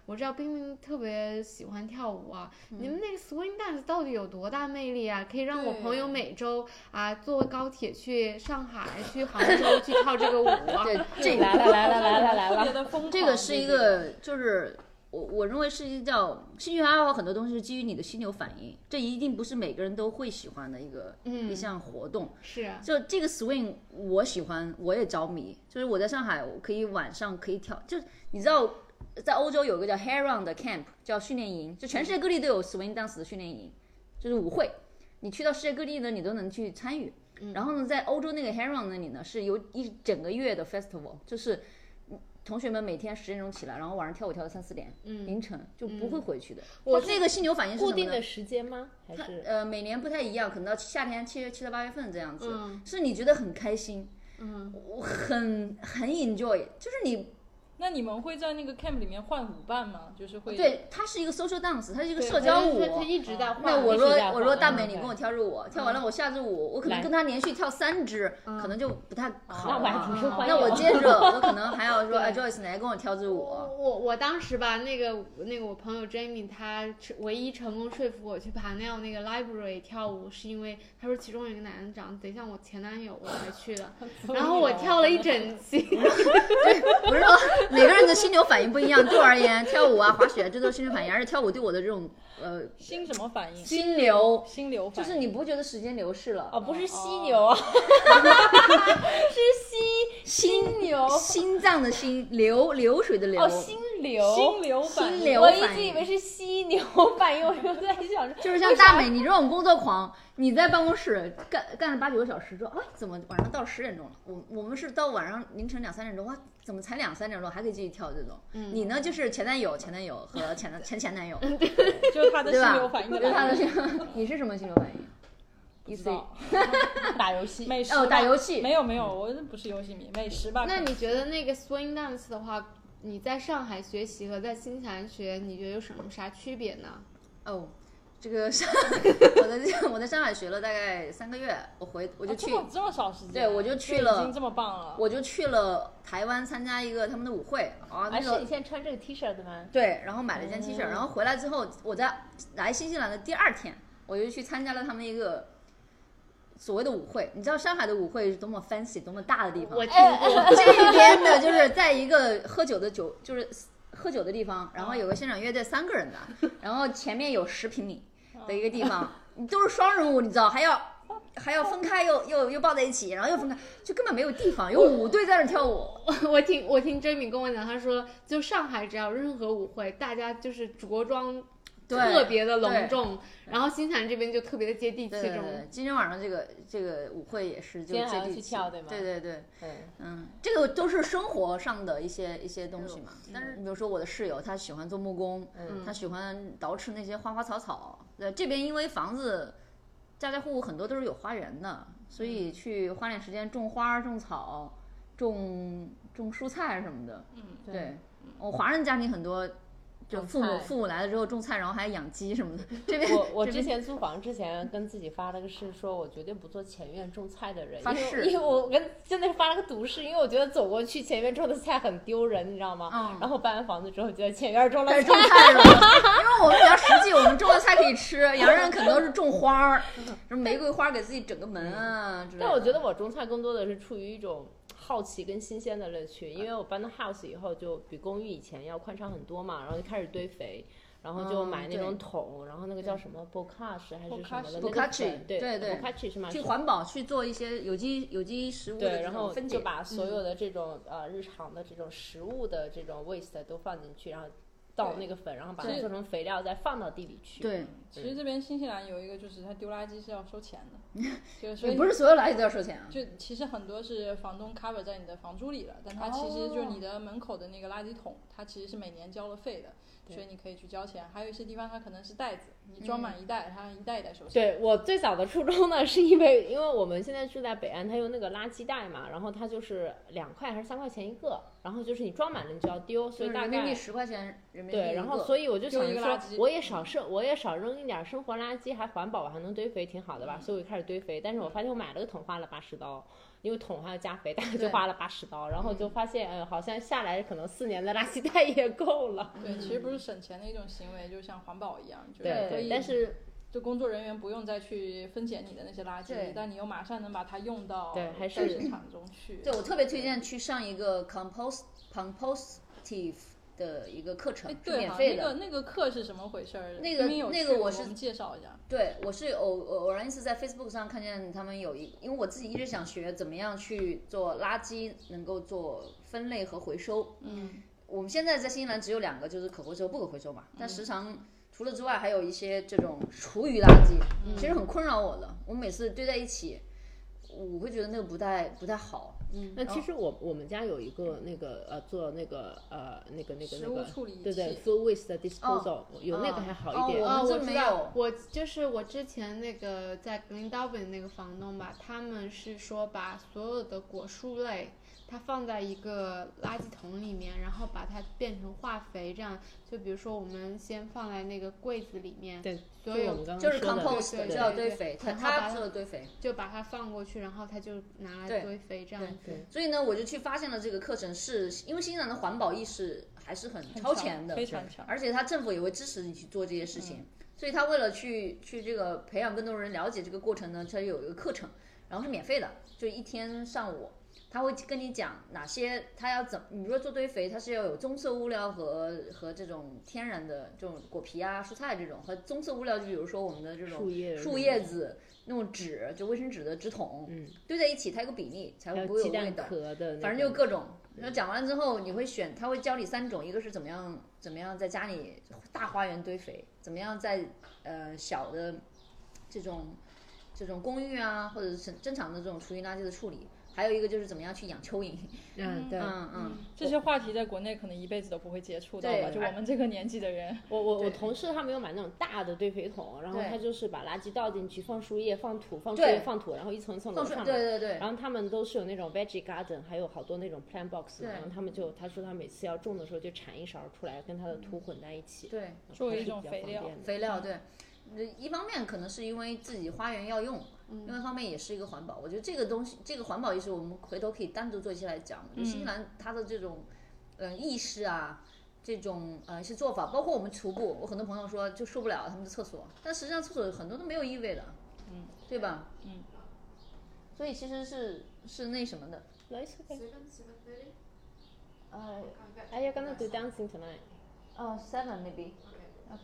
我知道冰冰特别喜欢跳舞啊，你嗯们那个 swing dance 到底有多大魅力啊？可以让我朋友对每周啊坐高铁去上海、去杭州去跳这个舞啊？对，这来了来了来了来 特别了，的疯狂。这个是一个，就是我我认为是一叫兴趣爱好，很多东西是基于你的犀牛反应，这一定不是每个人都会喜欢的一个、嗯一项活动。是啊，就这个 swing，我喜欢，我也着迷。就是我在上海，我可以晚上可以跳，就是你知道，在欧洲有一个叫 Heron 的 camp，叫训练营，就全世界各地都有 swing dance 的训练营，就是舞会。你去到世界各地呢，你都能去参与。然后呢，在欧洲那个 Heron 那里呢，是有一整个月的 festival，就是嗯同学们每天十点钟起来，然后晚上跳舞跳到三四点，凌晨就不会回去的。我那个犀牛反应是固什么定呢的时间吗？还是呃，每年不太一样，可能到夏天七月、七到八月份这样子，是你觉得很开心，嗯，我很很 enjoy，就是你那你们会在那个 camp 里面换舞伴吗？就是会哦对，它是一个 social dance，它是一个对社交反正舞是。他一直在那换，我一若直在我若换大嗯美，你跟我跳支舞，跳完了我下支舞，我可能来跟他连续跳三支，嗯可能就不太好那了晚啊。上是欢那我迎接着，我可能还要说，对哎，Joyce，你来跟我跳支舞。 我我我当时吧，那个那个我朋友 Jamie，他是唯一成功说服我去 Panel 那个 library 跳舞，是因为他说其中有一个男的长得贼像我前男友，我才去 的。然后我跳了一整期，不是说每个人的心流反应不一样，对我而言，跳舞啊、滑雪啊，这都是心流反应，而且跳舞对我的这种呃心什么反应？心流，心流就反应是你不觉得时间流逝哦，了，不是犀 牛啊，心流，心脏的心，流流水的流，哦，心流，心流反应心流我一反直以为应。是犀牛反应，我就在想说，就是像大美你这种工作狂，你在办公室干干了八九个小时之后，哎，怎么晚上到十点钟了？我我们是到晚上凌晨两三点钟，哇，怎么才两三点钟还可以继续跳这种？嗯你呢，就是前男友、前男友和前男前前男友，嗯就是他 的对心吧？流反应就是他的来心 流，你是什么心流反应？不意知思道打游戏，美食哦， 打吧游戏没有没有，我不是游戏迷，美食吧？那你觉得那个 swing dance 的话，你在上海学习和在新西兰学，你觉得有什么啥区别呢？ 哦，这个上 我在我在上海学了大概三个月，我回我我就去，啊哦这么这么少时间，对我就去已了经，这么棒了。我就去了台湾参加一个他们的舞会啊，啊，那是个你现在穿这个 T 恤的吗？对，然后买了一件 T 恤，然后回来之后，我在来新西兰的第二天，我就去参加了他们一个。所谓的舞会，你知道上海的舞会是多么 fancy、多么大的地啊方吗？我听过， 这边的就是在一个喝酒的酒，就是喝酒的地方，然后有个现场乐队三个人 的，然后前面有十平米的一个地方，都是双人舞，你知道，还要还要分开又又又抱在一起，然后又分开，就根本没有地方，有五队在那儿跳 舞。我听我听 Jamie 跟我讲，他说就上海只要有任何舞会，大家就是着装对特别的对隆重，然后新西兰这边就特别的接地气对这对种对，今天晚上这个这个舞会也是就今天还接要地去气跳对吗对对对，嗯，嗯，这个都是生活上的一些一些东西哎嘛。但是你比如说我的室友，他喜欢做木工，嗯他喜欢捯饬那些花花草草。呃，这边因为房子家家户户很多都是有花园的，所嗯以去花点时间种花、种草、种种蔬菜什么的。嗯，对，我、华人家庭很多。就种父母菜父母来了之后种菜，然后还养鸡什 么的。这边我我这之边前租房之前跟自己发了个誓，说我绝对不做前院种菜的人，发因为誓因为我跟真的是发了个毒誓，因为我觉得走过去前面种的菜很丢人，你知道吗？嗯然后搬完房子之后，就在前院种了开始菜种，菜了，因为我们比较实际，我们种的菜可以吃。洋人可能都是种花儿，什么玫瑰花给自己整个门啊之类的。但我觉得我种菜更多的是出于一种好奇跟新鲜的乐趣，因为我搬到 house 以后就比公寓以前要宽敞很多嘛，然后就开始堆肥，然后就嗯买那对种桶，然后那个叫什么 b o c a s h 还是什么的那 Bokashi 个 Bokashi，粉，对对对 b o c a s h 是吗？去是环保去做一些有机有机食物的对，这然种后分就解。嗯把所有的这种呃日常的这种食物的这种 waste 都放进去，然后倒那个粉，然后把它对做成肥料，再放到地里去。对，其实这边新西兰有一个就是他丢垃圾是要收钱 的，就是所也以不是所有垃圾都要收钱啊。就其实很多是房东 cover 在你的房租里了，但他其实就你哦的门口的那个垃圾桶，它其实是每年交了费的，所以你可以去交钱。还有一些地方它可能是袋子，你装满一袋，它一袋一袋收钱。嗯对我最早的初衷呢，是因为因为我们现在住在北岸，它有那个垃圾袋嘛，然后它就是两块还是三块钱一个，然后就是你装满了你就要丢，所以大人民币概。十块钱人民币对，一然后个所以我就丢想一着个说垃，圾我也少剩，我也少扔一点生活垃圾，还环保，我还能堆肥，挺好的吧？所以我就开始堆肥，但是我发现我买了个桶花了八十刀，因为桶还要加肥，大概就对嗯花了八十刀，然后就发现，哎，好像下来可能四年的垃圾袋也够了。对，其实不是省钱的一种行为，就像环保一样，就是对可以，但是就工作人员不用再去分拣你的那些垃对圾，但你又马上能把它用到对还再是生产中去。对我特别推荐去上一个 compost compostive 的一个课程哎，，是对免哈，费那的。个那个课是什么回事儿？那个明明有那去个过我我是们介绍一下。对，我是偶偶偶然一次在 Facebook 上看见他们有一，因为我自己一直想学怎么样去做垃圾能够做分类和回收。嗯，我们现在在新西兰只有两个，就是可回收、不可回收嘛。但时常除了之外，还有一些这种厨余垃圾，其实很困扰我的。我每次堆在一起，我会觉得那个不太不太好。那哦其实我我们家有一个那个呃做那个呃那个那个食那物个处理对对器做 waste disposal 有那个还好一点哦。啊，我我们这知没道有，我就是我之前那个在 Green Dublin 那个房东吧，他们是说把所有的果树类它放在一个垃圾桶里面，然后把它变成化肥，这样就比如说我们先放在那个柜子里面，对，就所我有们刚就刚是说的，对 compost 对叫对堆对肥，他然后把他它说的堆肥。就把它放过去，然后它就拿对来堆肥这样对子。所以呢，我就去发现了这个课程是，因为新西兰的环保意识还是很超前的，嗯非常强。而且他政府也会支持你去做这些事嗯情，所以他为了去去这个培养更多人了解这个过程呢，他有一个课程，然后是免费的，就一天上午，他会跟你讲哪些他要怎，你如果做堆肥，它是要有棕色物料和和这种天然的这种果皮啊、蔬菜这种，和棕色物料就比如说我们的这种树叶什么的、树叶子。那种纸，就卫生纸的纸筒，嗯，堆在一起，它有个比例，才还会不有会鸡有味蛋道。壳的那种，反正就各种。那讲完了之后，你会选，他会教你三种，一个是怎么样怎么样在家里大花园堆肥，怎么样在呃小的这种这种公寓啊，或者是正常的这种厨余垃圾的处理，还有一个就是怎么样去养蚯蚓。嗯，对，嗯嗯，这些话题在国内可能一辈子都不会接触到吧？对哎就我们这个年纪的人，我我对我同事他们有买那种大的堆肥桶，然后对他就是把垃圾倒进去，放树叶、放土、放树对叶、放土，然后一层一层放楼水上来。对对对，然后他们都是有那种 veggie garden，还有好多那种 plant box，对嘛然后他们就他说他每次要种的时候就铲一勺出来，跟他的土混在一起，嗯对作为一种还肥是比较料方便的。肥料对。呃一方面可能是因为自己花园要用，另外嗯，一方面也是一个环保。我觉得这个东西，这个环保意识，我们回头可以单独做一期来讲。我觉得新西兰它的这种，呃，意识啊，这种呃一些做法，包括我们徒步，我很多朋友说就受不了他们的厕所，但实际上厕所很多都没有异味的，嗯，对吧？嗯。所以其实是是那什么的， No, it's okay. 嗯 Uh, are you Are gonna do dancing tonight? 哦、s e v e n maybe。OK。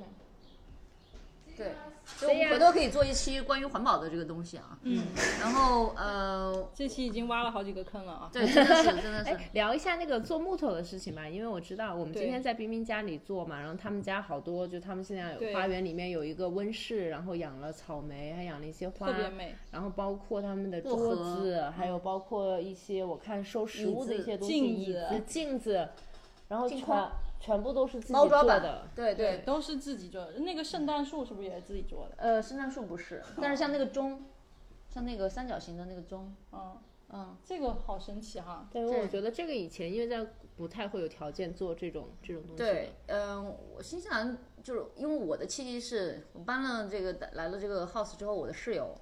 对，所以对我们呀回头可以做一期关于环保的这个东西啊。嗯，然后呃，这期已经挖了好几个坑了啊。对，真的是真的是，聊一下那个做木头的事情吧，因为我知道我们今对天在冰冰家里做嘛，然后他们家好多，就他们现在对有花园里面有一个温室，然后养了草莓，还养了一些花特，别美，嗯然后包括他们的薄荷嗯桌子，还有包括一些我看收食物的一些东西，椅椅子镜子子、镜子，然后镜全框全部都是自己猫做抓的板。，对对对，都是自己做的。那个圣诞树是不是也是自己做的？呃，圣诞树不哦是，但是像那个钟，像那个三角形的那个钟，哦嗯，嗯，这个好神奇哈。但是对我觉得这个以前因为在不太会有条件做这种这种东西的。对，嗯、我新西兰就是因为我的契机是我搬了这个来了这个 house 之后，我的室友，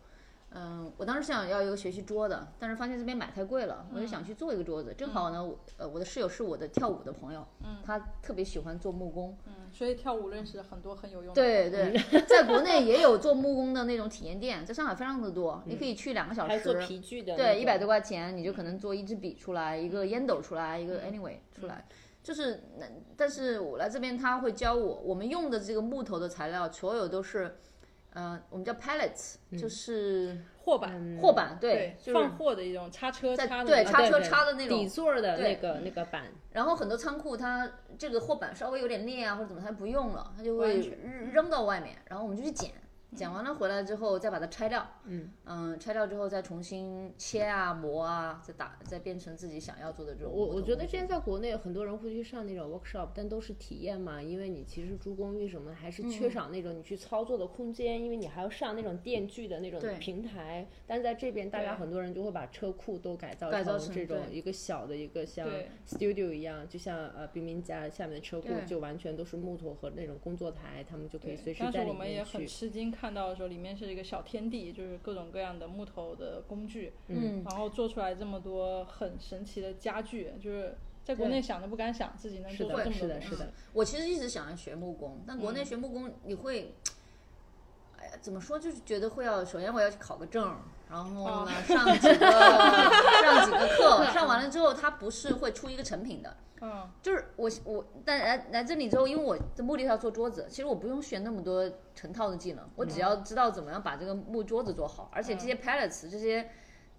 嗯、我当时想要一个学习桌的，但是发现这边买太贵了，我就嗯想去做一个桌子。正好呢，我呃我的室友是我的跳舞的朋友，嗯他特别喜欢做木工，嗯，所以跳舞认识了很多很嗯有用的。对对，在国内也有做木工的那种体验店，在上海非常的多，你可以去两个小时，嗯还有做皮具的那种，嗯对，一百多块钱你就可能做一支笔出来，一个烟斗出来，一个 anyway 出来，嗯就是那。但是我来这边他会教我，我们用的这个木头的材料，所有都是，呃，我们叫 pellets，就是嗯货板，货板，嗯对对，，就是放货的一种插车在插的对那种，叉啊对车对叉的那底种。座的对那个那个板，然后很多仓库它这个货板稍微有点裂啊或者怎么，它不用了，它就不会安全扔扔到外面，然后我们就去捡。捡完了回来之后，再把它拆掉，嗯嗯，拆掉之后再重新切啊、磨啊，再打，再变成自己想要做的这种木我头工具。我觉得之前在国内很多人会去上那种 workshop，但都是体验嘛，因为你其实住公寓什么还是缺嗯少那种你去操作的空间，因为你还要上那种电锯的那种对平台。但在这边，大家很多人就会把车库都改造改造成这种对一个小的一个像对 studio 一样，就像呃冰冰家下面的车库对就完全都是木头和那种工作台，他们就可以随时当时在里我们也面很去。吃惊，看到的时候里面是一个小天地，就是各种各样的木头的工具，嗯，然后做出来这么多很神奇的家具，就是在国对内想都不敢想自己能是做出这的，么是多的，东西是。的，我其实一直想要学木工，但国内学木工你会，哎呀，怎么说？就是觉得会要，首先我要去考个证儿，然后呢、上几个上几个课，上完了之后，它不是会出一个成品的。嗯，就是我我，但来来这里之后，因为我的目的是要做桌子，其实我不用学那么多成套的技能，我只要嗯知道怎么样把这个木桌子做好，而且这些 pellets 这些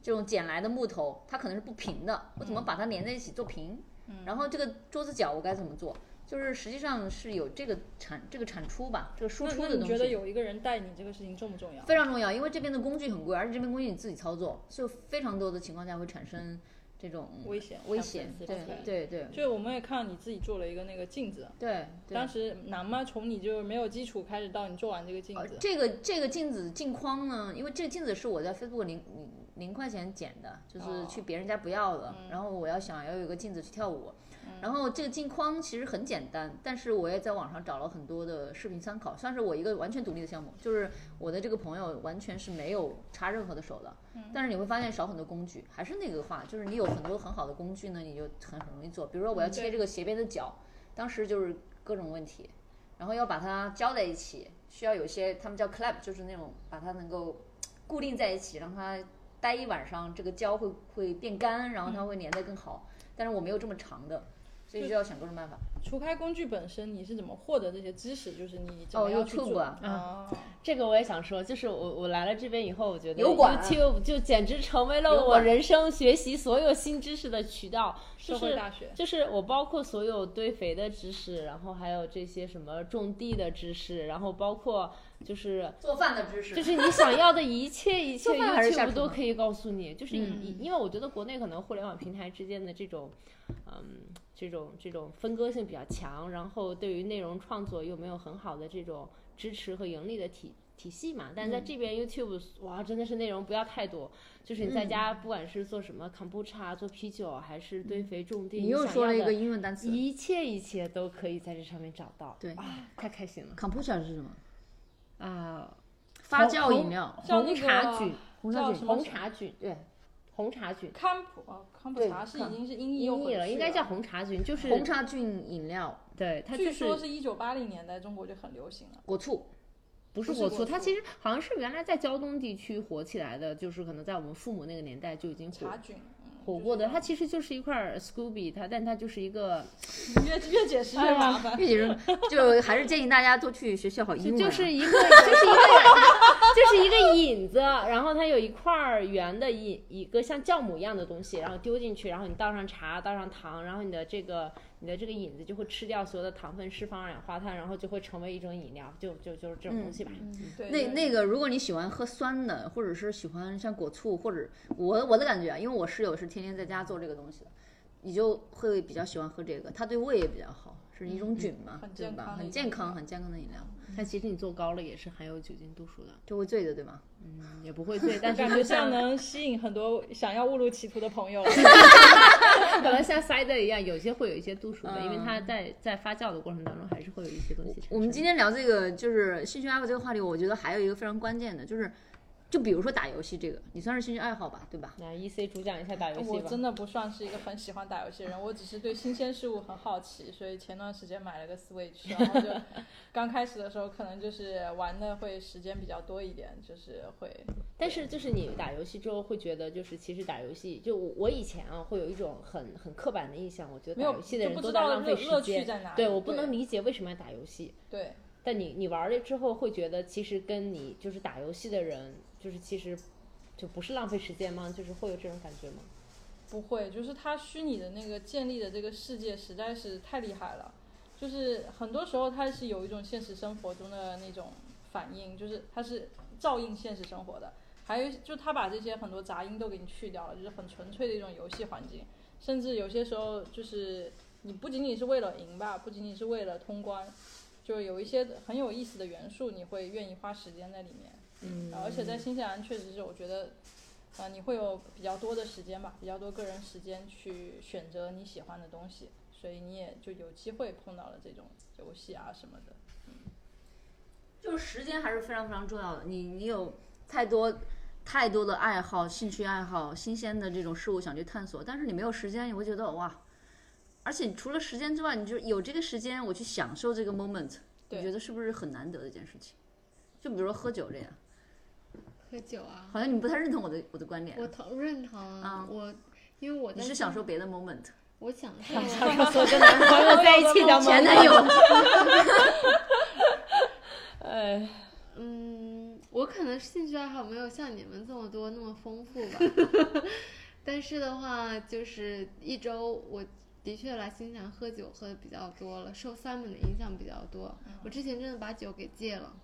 这种捡来的木头，它可能是不平的，我嗯怎么把它连在一起做平？然后这个桌子角我该怎么做？就是实际上是有这个产这个产出吧，这个输那出那的你东觉得西有一个人带你这个事情重不重要？非常重要，因为这边的工具很贵，而且这边工具你自己操作，所以非常多的情况下会产生这种危险，危险。对 OK 对对就是我们也看到你自己做了一个那个镜子，对对。当时难吗？从你就是没有基础开始到你做完这个镜呃子，这个这个镜子镜框呢，因为这个镜子是我在 Facebook 零零块钱捡的，就是哦去别人家不要的。嗯然后我要想要有一个镜子去跳舞，然后这个镜框其实很简单，但是我也在网上找了很多的视频参考，算是我一个完全独立的项目，就是我的这个朋友完全是没有插任何的手的。嗯但是你会发现少很多工具，还是那个话，就是你有很多很好的工具呢，你就很很容易做。比如说我要嗯切对这个斜边的角，当时就是各种问题，然后要把它胶在一起，需要有些他们叫 clap，就是那种把它能够固定在一起，让它待一晚上，这个胶会会变干，然后它会粘得更好。但是我没有这么长的，所以嗯就就要想各种办法。除开工具本身，你是怎么获得这些知识？就是你怎么哦样去做？ YouTube 啊啊，这个我也想说，就是我我来了这边以后，我觉得油管 YouTube 就简直成为了油我管人生学习所有新知识的渠道，就社会是大学就是我包括所有堆肥的知识，然后还有这些什么种地的知识，然后包括就是做饭的知识就是你想要的一切一切做饭还是下厨 YouTube 吗都可以告诉你，就是你、嗯因为我觉得国内可能互联网平台之间的这种，嗯，这种这种分割性比较强，然后对于内容创作又没有很好的这种支持和盈利的体。体系嘛，但是在嗯这边 YouTube、哇，真的是内容不要太多，就是嗯你在家不管是做什么坎布茶、做啤酒，还是堆肥种地，你又想说了要一个的英文单词一切一切都可以在这上面找到，对啊，太开心了 c o m p u t e r 是什么？啊！发红酵饮料，叫那红个茶菌，红叫烧什菌。么红茶菌，对，红茶菌，康普啊，康普对茶是已康经是音译又音回译去了，了，应该叫。红茶菌，就是红，茶菌饮料，对，它就据说是是一九八零年代中国就很流行了。果 醋，不是不是果果醋，它醋其实好像是原来在胶东地区火起来的，就是可能在我们父母那个年代就已经茶火菌，嗯火过的，它其实就是一块 Scooby，它但它就是一个就是越越解释哎越麻烦。玉姐人就还是建议大家多去学习好英文啊。就是一个就是一个就是一个引子，然后它有一块儿圆的引一个像酵母一样的东西，然后丢进去，然后你倒上茶，倒上糖，然后你的这个你的这个引子就会吃掉所有的糖分，释放二氧化碳，然后就会成为一种饮料，就就就是这种东西吧。嗯对，那对那个，如果你喜欢喝酸的，或者是喜欢像果醋，或者我我的感觉啊，因为我室友是天天在家做这个东西的，你就会比较喜欢喝这个，它对胃也比较好，是一种菌嘛，嗯很对健吧？康的很一健种康、饮料很健康的饮料，但其实你做高了也是含有酒精度数的，就会醉的，对吗？嗯，也不会醉。但是感就觉像 像能吸引很多想要误入歧途的朋友。可能像 cider 一样，有些会有一些度数的，因为它在在发酵的过程当中还是会有一些东西产生。我们今天聊这个就是兴趣爱好这个话题，我觉得还有一个非常关键的，就是就比如说打游戏这个，你算是兴趣爱好吧，对吧？来 E C 主讲一下打游戏我吧。真的不算是一个很喜欢打游戏的人，我只是对新鲜事物很好奇，所以前段时间买了个 Switch，然后就 刚开始的时候可能就是玩的会时间比较多一点，就是会但是就是你打游戏之后会觉得，就是其实打游戏，就我我以前啊会有一种很很刻板的印象，我觉得没打有游戏的人就不都知在道浪费乐时乐趣间。在哪里。对，对我不能理解为什么要打游戏。对但你你玩了之后会觉得，其实跟你就是打游戏的人，就是其实就不是浪费时间吗？就是会有这种感觉吗？不会，就是它虚拟的那个建立的这个世界实在是太厉害了，就是很多时候它是有一种现实生活中的那种反应，就是它是照应现实生活的。还有就它把这些很多杂音都给你去掉了，就是很纯粹的一种游戏环境，甚至有些时候就是你不仅仅是为了赢吧，不仅仅是为了通关，就是有一些很有意思的元素，你会愿意花时间在里面。嗯，而且在新西兰确实是我觉得啊，你会有比较多的时间吧，比较多个人时间去选择你喜欢的东西，所以你也就有机会碰到了这种游戏啊什么的。就是时间还是非常非常重要的。你你有太多太多的爱好、兴趣爱好、新鲜的这种事物想去探索，但是你没有时间，你会觉得哇。而且除了时间之外，你就有这个时间我去享受这个 moment，你对觉得是不是很难得的一件事情？就比如说喝酒这样，喝酒啊，好像你不太认同我的我的观点啊，嗯我同认同啊，我因为我在你是享受别的 moment，我享受所跟男朋友在一起的前男 友，呃，嗯，我可能兴趣爱好没有像你们这么多那么丰富吧， 但是的话，就是一周我的确来新西兰喝酒喝的比较多了，受 Simon 的影响比较多。嗯我之前真的把酒给戒了，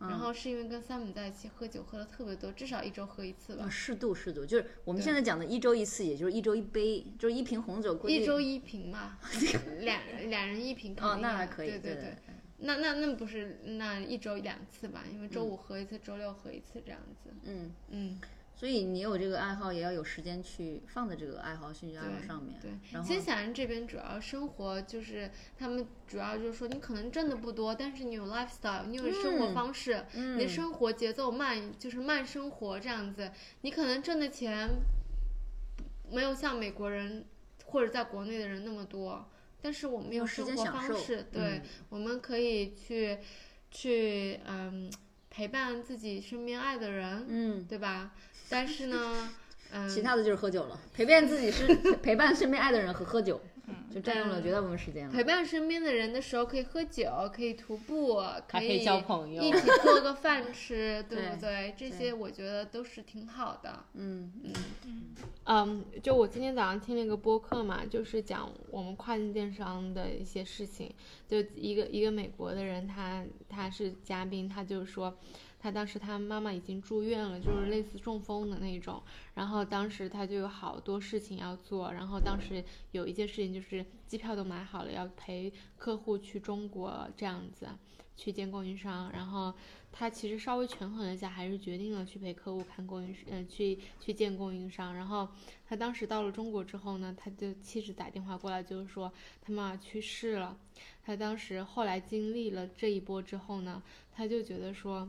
然后是因为跟 Simon 在一起喝酒喝的特别多，至少一周喝一次吧啊，，适度适度，就是我们对现在讲的一周一次，也就是一周一杯，就是一瓶红酒规定，一周一 瓶吧，两人两人一瓶肯哦，定那的还可以，对对对。那那那不是那一周两次吧？因为周五喝一次，周六喝一次这样子。嗯。嗯，所以你有这个爱好，也要有时间去放在这个爱好、兴趣爱好上面。对啊然，后其实小安这边主要生活就是他们主要就是说，你可能挣的不多，但是你有 lifestyle，你有生活方式，嗯你的生活节奏慢，就是慢生活这样子。你可能挣的钱没有像美国人或者在国内的人那么多，但是我们有时生间活享方受式，对，嗯我们可以去去嗯陪伴自己身边爱的人，嗯，对吧？但是呢，嗯，其他的就是喝酒了，陪伴自己是陪伴身边爱的人和喝酒，就占用了绝大部分时间了。陪伴身边的人的时候，可以喝酒，可以徒步，还可以以交朋友一起做个饭吃，对不对？这对些我觉得都是挺好的。嗯嗯，就我今天早上听了一个播客嘛，就是讲我们跨境电商的一些事情。就一个一个美国的人，他他是嘉宾，他就说，他当时他妈妈已经住院了，就是类似中风的那种。然后当时他就有好多事情要做，然后当时有一件事情就是机票都买好了，要陪客户去中国这样子，去见供应商。然后他其实稍微权衡了一下，还是决定了去陪客户看供应商，嗯、去去见供应商。然后他当时到了中国之后呢，他的妻子打电话过来，就是说他妈妈去世了。他当时后来经历了这一波之后呢，他就觉得说，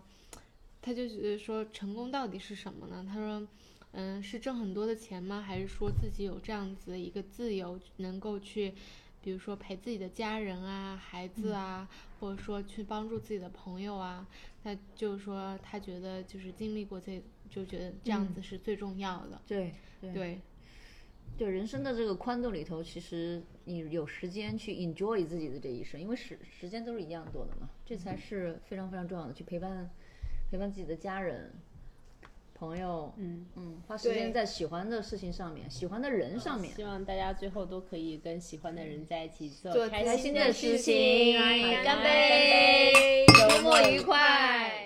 他就觉得说成功到底是什么呢？他说，嗯，是挣很多的钱吗？还是说自己有这样子的一个自由，能够去，比如说陪自己的家人啊、孩子啊，或者说去帮助自己的朋友啊？那就是说，他觉得就是经历过这，就觉得这样子是最重要的。对对，对人生的这个宽度里头，其实你有时间去 enjoy 自己的这一生，因为时时间都是一样多的嘛，这嗯才是非常非常重要的，去陪伴陪伴自己的家人、朋友，嗯嗯，花时间对在喜欢的事情上面，喜欢的人上面希。望大家最后都可以跟喜欢的人在一起做做开开开心的的哎事事情情，干哎干杯，周末愉快。